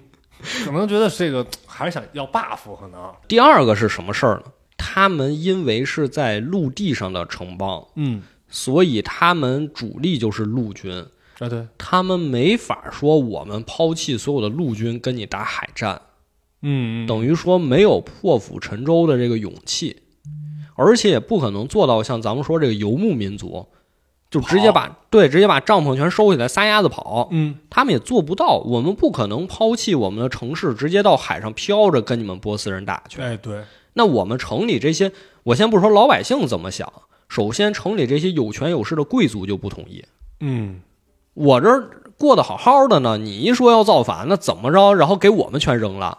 A: 可能觉得这个还是想要 buff，可能，
B: 第二个是什么事儿呢？他们因为是在陆地上的城邦，
A: 嗯，
B: 所以他们主力就是陆军，
A: 啊对，
B: 他们没法说我们抛弃所有的陆军跟你打海战，
A: 嗯
B: 等于说没有破釜沉舟的这个勇气，而且也不可能做到像咱们说这个游牧民族，就直接把对直接把帐篷全收起来撒丫子跑，
A: 嗯
B: 他们也做不到。我们不可能抛弃我们的城市，直接到海上飘着跟你们波斯人打去。
A: 哎对，
B: 那我们城里这些，我先不说老百姓怎么想，首先城里这些有权有势的贵族就不同意。
A: 嗯
B: 我这儿过得好好的呢，你一说要造反，那怎么着？然后给我们全扔了。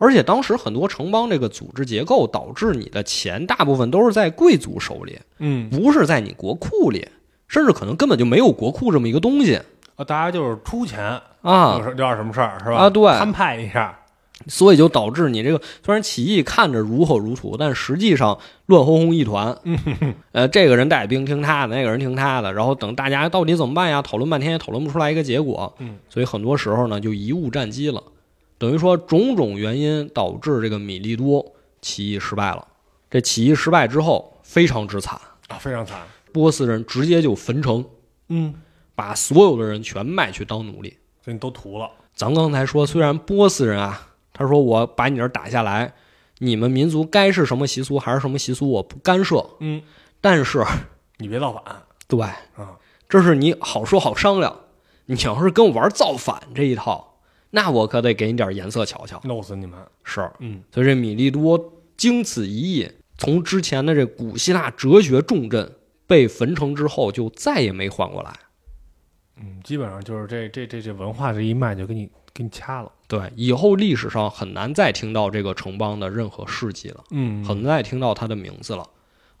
B: 而且当时很多城邦这个组织结构导致你的钱大部分都是在贵族手里，
A: 嗯
B: 不是在你国库里，甚至可能根本就没有国库这么一个东西
A: 啊，大家就是出钱，有
B: 啊。
A: 事有点什么事儿是吧？
B: 啊对
A: 摊派一下，
B: 所以就导致你这个虽然起义看着如火如荼，但实际上乱哄哄一团。呃，这个人带兵听他的，那个人听他的，然后等大家到底怎么办呀？讨论半天也讨论不出来一个结果。
A: 嗯，
B: 所以很多时候呢，就贻误战机了。等于说，种种原因导致这个米利多起义失败了。这起义失败之后，非常之惨，
A: 啊，非常惨，
B: 波斯人直接就焚城，
A: 嗯，
B: 把所有的人全卖去当奴隶。
A: 所以你都屠了，
B: 咱刚才说，虽然波斯人啊，他说我把你这儿打下来，你们民族该是什么习俗还是什么习俗，我不干涉。
A: 嗯，
B: 但是
A: 你别造反，
B: 对
A: 啊，
B: 这是你好说好商量。你要是跟我玩造反这一套，那我可得给你点颜色瞧瞧。
A: 弄死你们，
B: 是，
A: 嗯
B: 所以这米利多经此一役，从之前的这古希腊哲学重镇被焚城之后，就再也没缓过来。
A: 嗯，基本上就是这这这这文化这一脉就给你给你掐了，
B: 对，以后历史上很难再听到这个城邦的任何事迹了。
A: 嗯
B: 很难再听到他的名字了。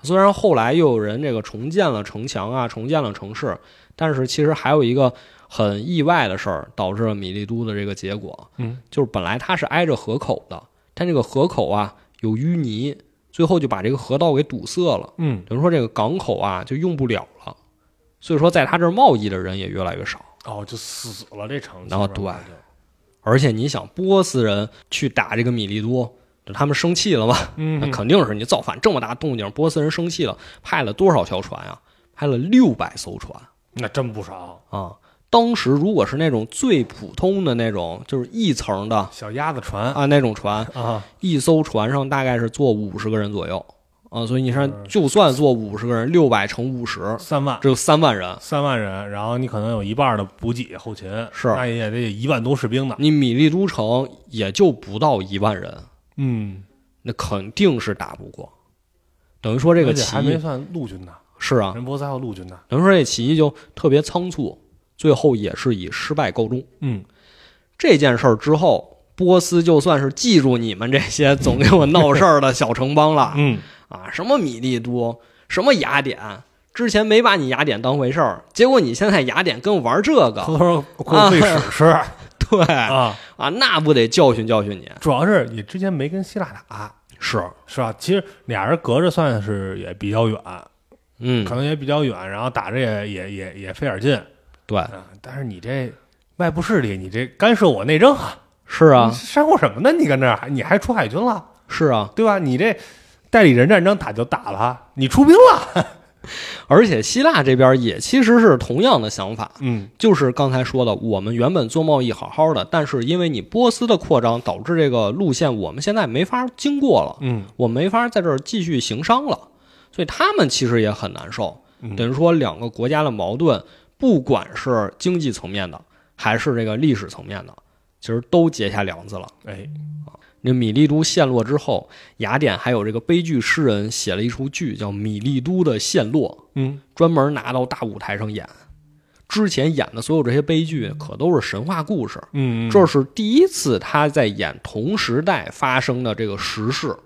B: 虽然后来又有人这个重建了城墙啊，重建了城市，但是其实还有一个很意外的事儿，导致了米利都的这个结果，
A: 嗯，
B: 就是本来它是挨着河口的，但这个河口啊有淤泥，最后就把这个河道给堵塞了，
A: 嗯
B: 等于说这个港口啊就用不了了，所以说在他这儿贸易的人也越来越少。
A: 哦，就死了这城，
B: 然后
A: 基本上就，
B: 而且你想，波斯人去打这个米利都，他们生气了嘛，那
A: 嗯
B: 肯定是你造反这么大动静，波斯人生气了，派了多少条船呀、派了六百艘船
A: 那真不少，
B: 啊！当时如果是那种最普通的那种，就是一层的
A: 小鸭子船
B: 啊那种船，
A: 啊，
B: 一艘船上大概是坐五十个人左右啊，所以你看
A: 嗯，
B: 就算坐五十个人，六百乘五十，
A: 三万。
B: 只有三万人。
A: 三万人，然后你可能有一半的补给后勤，
B: 是
A: 那也得一万多士兵呢。
B: 你米利都城也就不到一万人，
A: 嗯，
B: 那肯定是打不过。等于说这个
A: 而且
B: 起
A: 还没
B: 义
A: 算陆军呢，
B: 是啊，
A: 人波斯还有陆军呢。
B: 等于说这起义就特别仓促，最后也是以失败告终。
A: 嗯，
B: 这件事儿之后，波斯就算是记住你们这些总给我闹事儿的小城 邦了
A: 嗯，
B: 啊，什么米利都，什么雅典，之前没把你雅典当回事儿，结果你现在雅典跟我玩这个，
A: 偷偷过背史诗
B: 对
A: 啊，
B: 啊，那不得教训教训你？
A: 主要是你之前没跟希腊打，
B: 是，
A: 是吧？其实俩人隔着算是也比较远，
B: 嗯
A: 可，能也比较远，然后打着也也也也费点劲
B: 对，
A: 啊。但是你这外部势力，你这干涉我内政啊，
B: 是
A: 你
B: 啊，
A: 煽乎什么呢？你跟这儿还你还出海军了，
B: 是啊，
A: 对吧？你这代理人战争打就打了，你出兵了，
B: 而且希腊这边也其实是同样的想法，
A: 嗯
B: 就是刚才说的，我们原本做贸易好好的，但是因为你波斯的扩张，导致这个路线我们现在没法经过了，
A: 嗯
B: 我没法在这儿继续行商了，所以他们其实也很难受
A: 嗯。
B: 等于说，两个国家的矛盾，不管是经济层面的，还是这个历史层面的，其实都结下梁子了。
A: 哎
B: 那米利都陷落之后，雅典还有这个悲剧诗人写了一出剧，叫《米利都的陷落》，
A: 嗯
B: 专门拿到大舞台上演。之前演的所有这些悲剧，可都是神话故事。
A: 嗯，
B: 这是第一次他在演同时代发生的这个时事，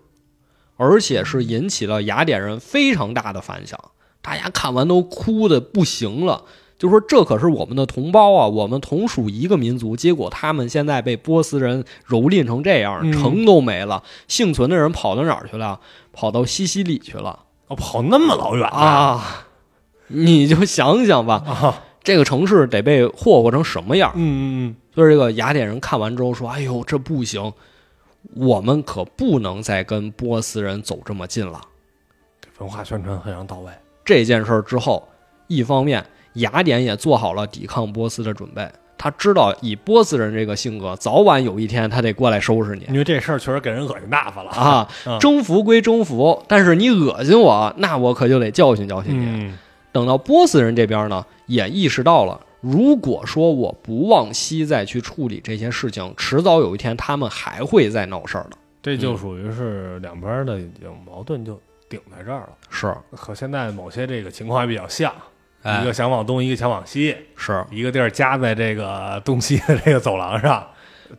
B: 而且是引起了雅典人非常大的反响，大家看完都哭的不行了，就说这可是我们的同胞啊，我们同属一个民族，结果他们现在被波斯人蹂躏成这样，
A: 嗯
B: 城都没了，幸存的人跑到哪儿去了？跑到西西里去了
A: 哦跑那么老远啊
B: 啊！你就想想吧，
A: 啊
B: 这个城市得被霍霍成什么样？
A: 嗯嗯
B: 所以这个雅典人看完之后说：“哎呦，这不行，我们可不能再跟波斯人走这么近了。
A: 嗯，文化宣传非常到位，”
B: 这件事儿之后，一方面雅典也做好了抵抗波斯的准备，他知道以波斯人这个性格，早晚有一天他得过来收拾你
A: 因为这事儿确实给人恶心大发了
B: 啊
A: 嗯！
B: 征服归征服，但是你恶心我，那我可就得教训教训你。
A: 嗯
B: 等到波斯人这边呢，也意识到了，如果说我不往西再去处理这些事情，迟早有一天他们还会再闹事儿的。
A: 这就属于是两边的已经矛盾就顶在这儿了，
B: 是，
A: 和现在某些这个情况还比较像，一
B: 哎
A: 个，想往东，一个想往西，
B: 是，
A: 一个地儿夹在这个东西的这个走廊上，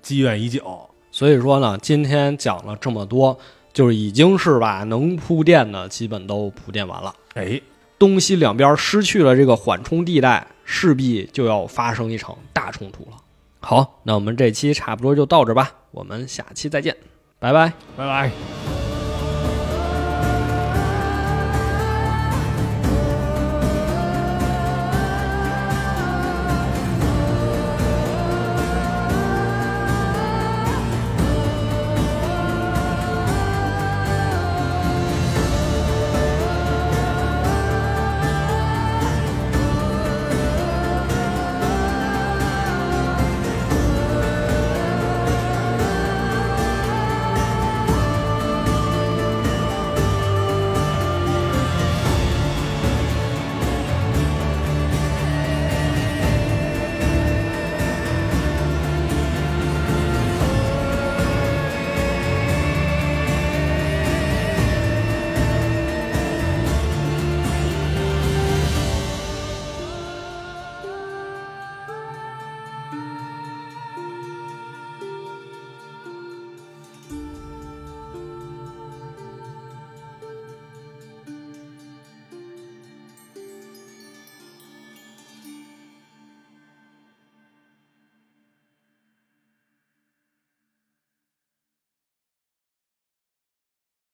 A: 积怨已久。
B: 所以说呢，今天讲了这么多，就是已经是吧，能铺垫的基本都铺垫完了。
A: 哎，
B: 东西两边失去了这个缓冲地带，势必就要发生一场大冲突了。好，那我们这期差不多就到这吧，我们下期再见，拜拜。
A: 拜拜。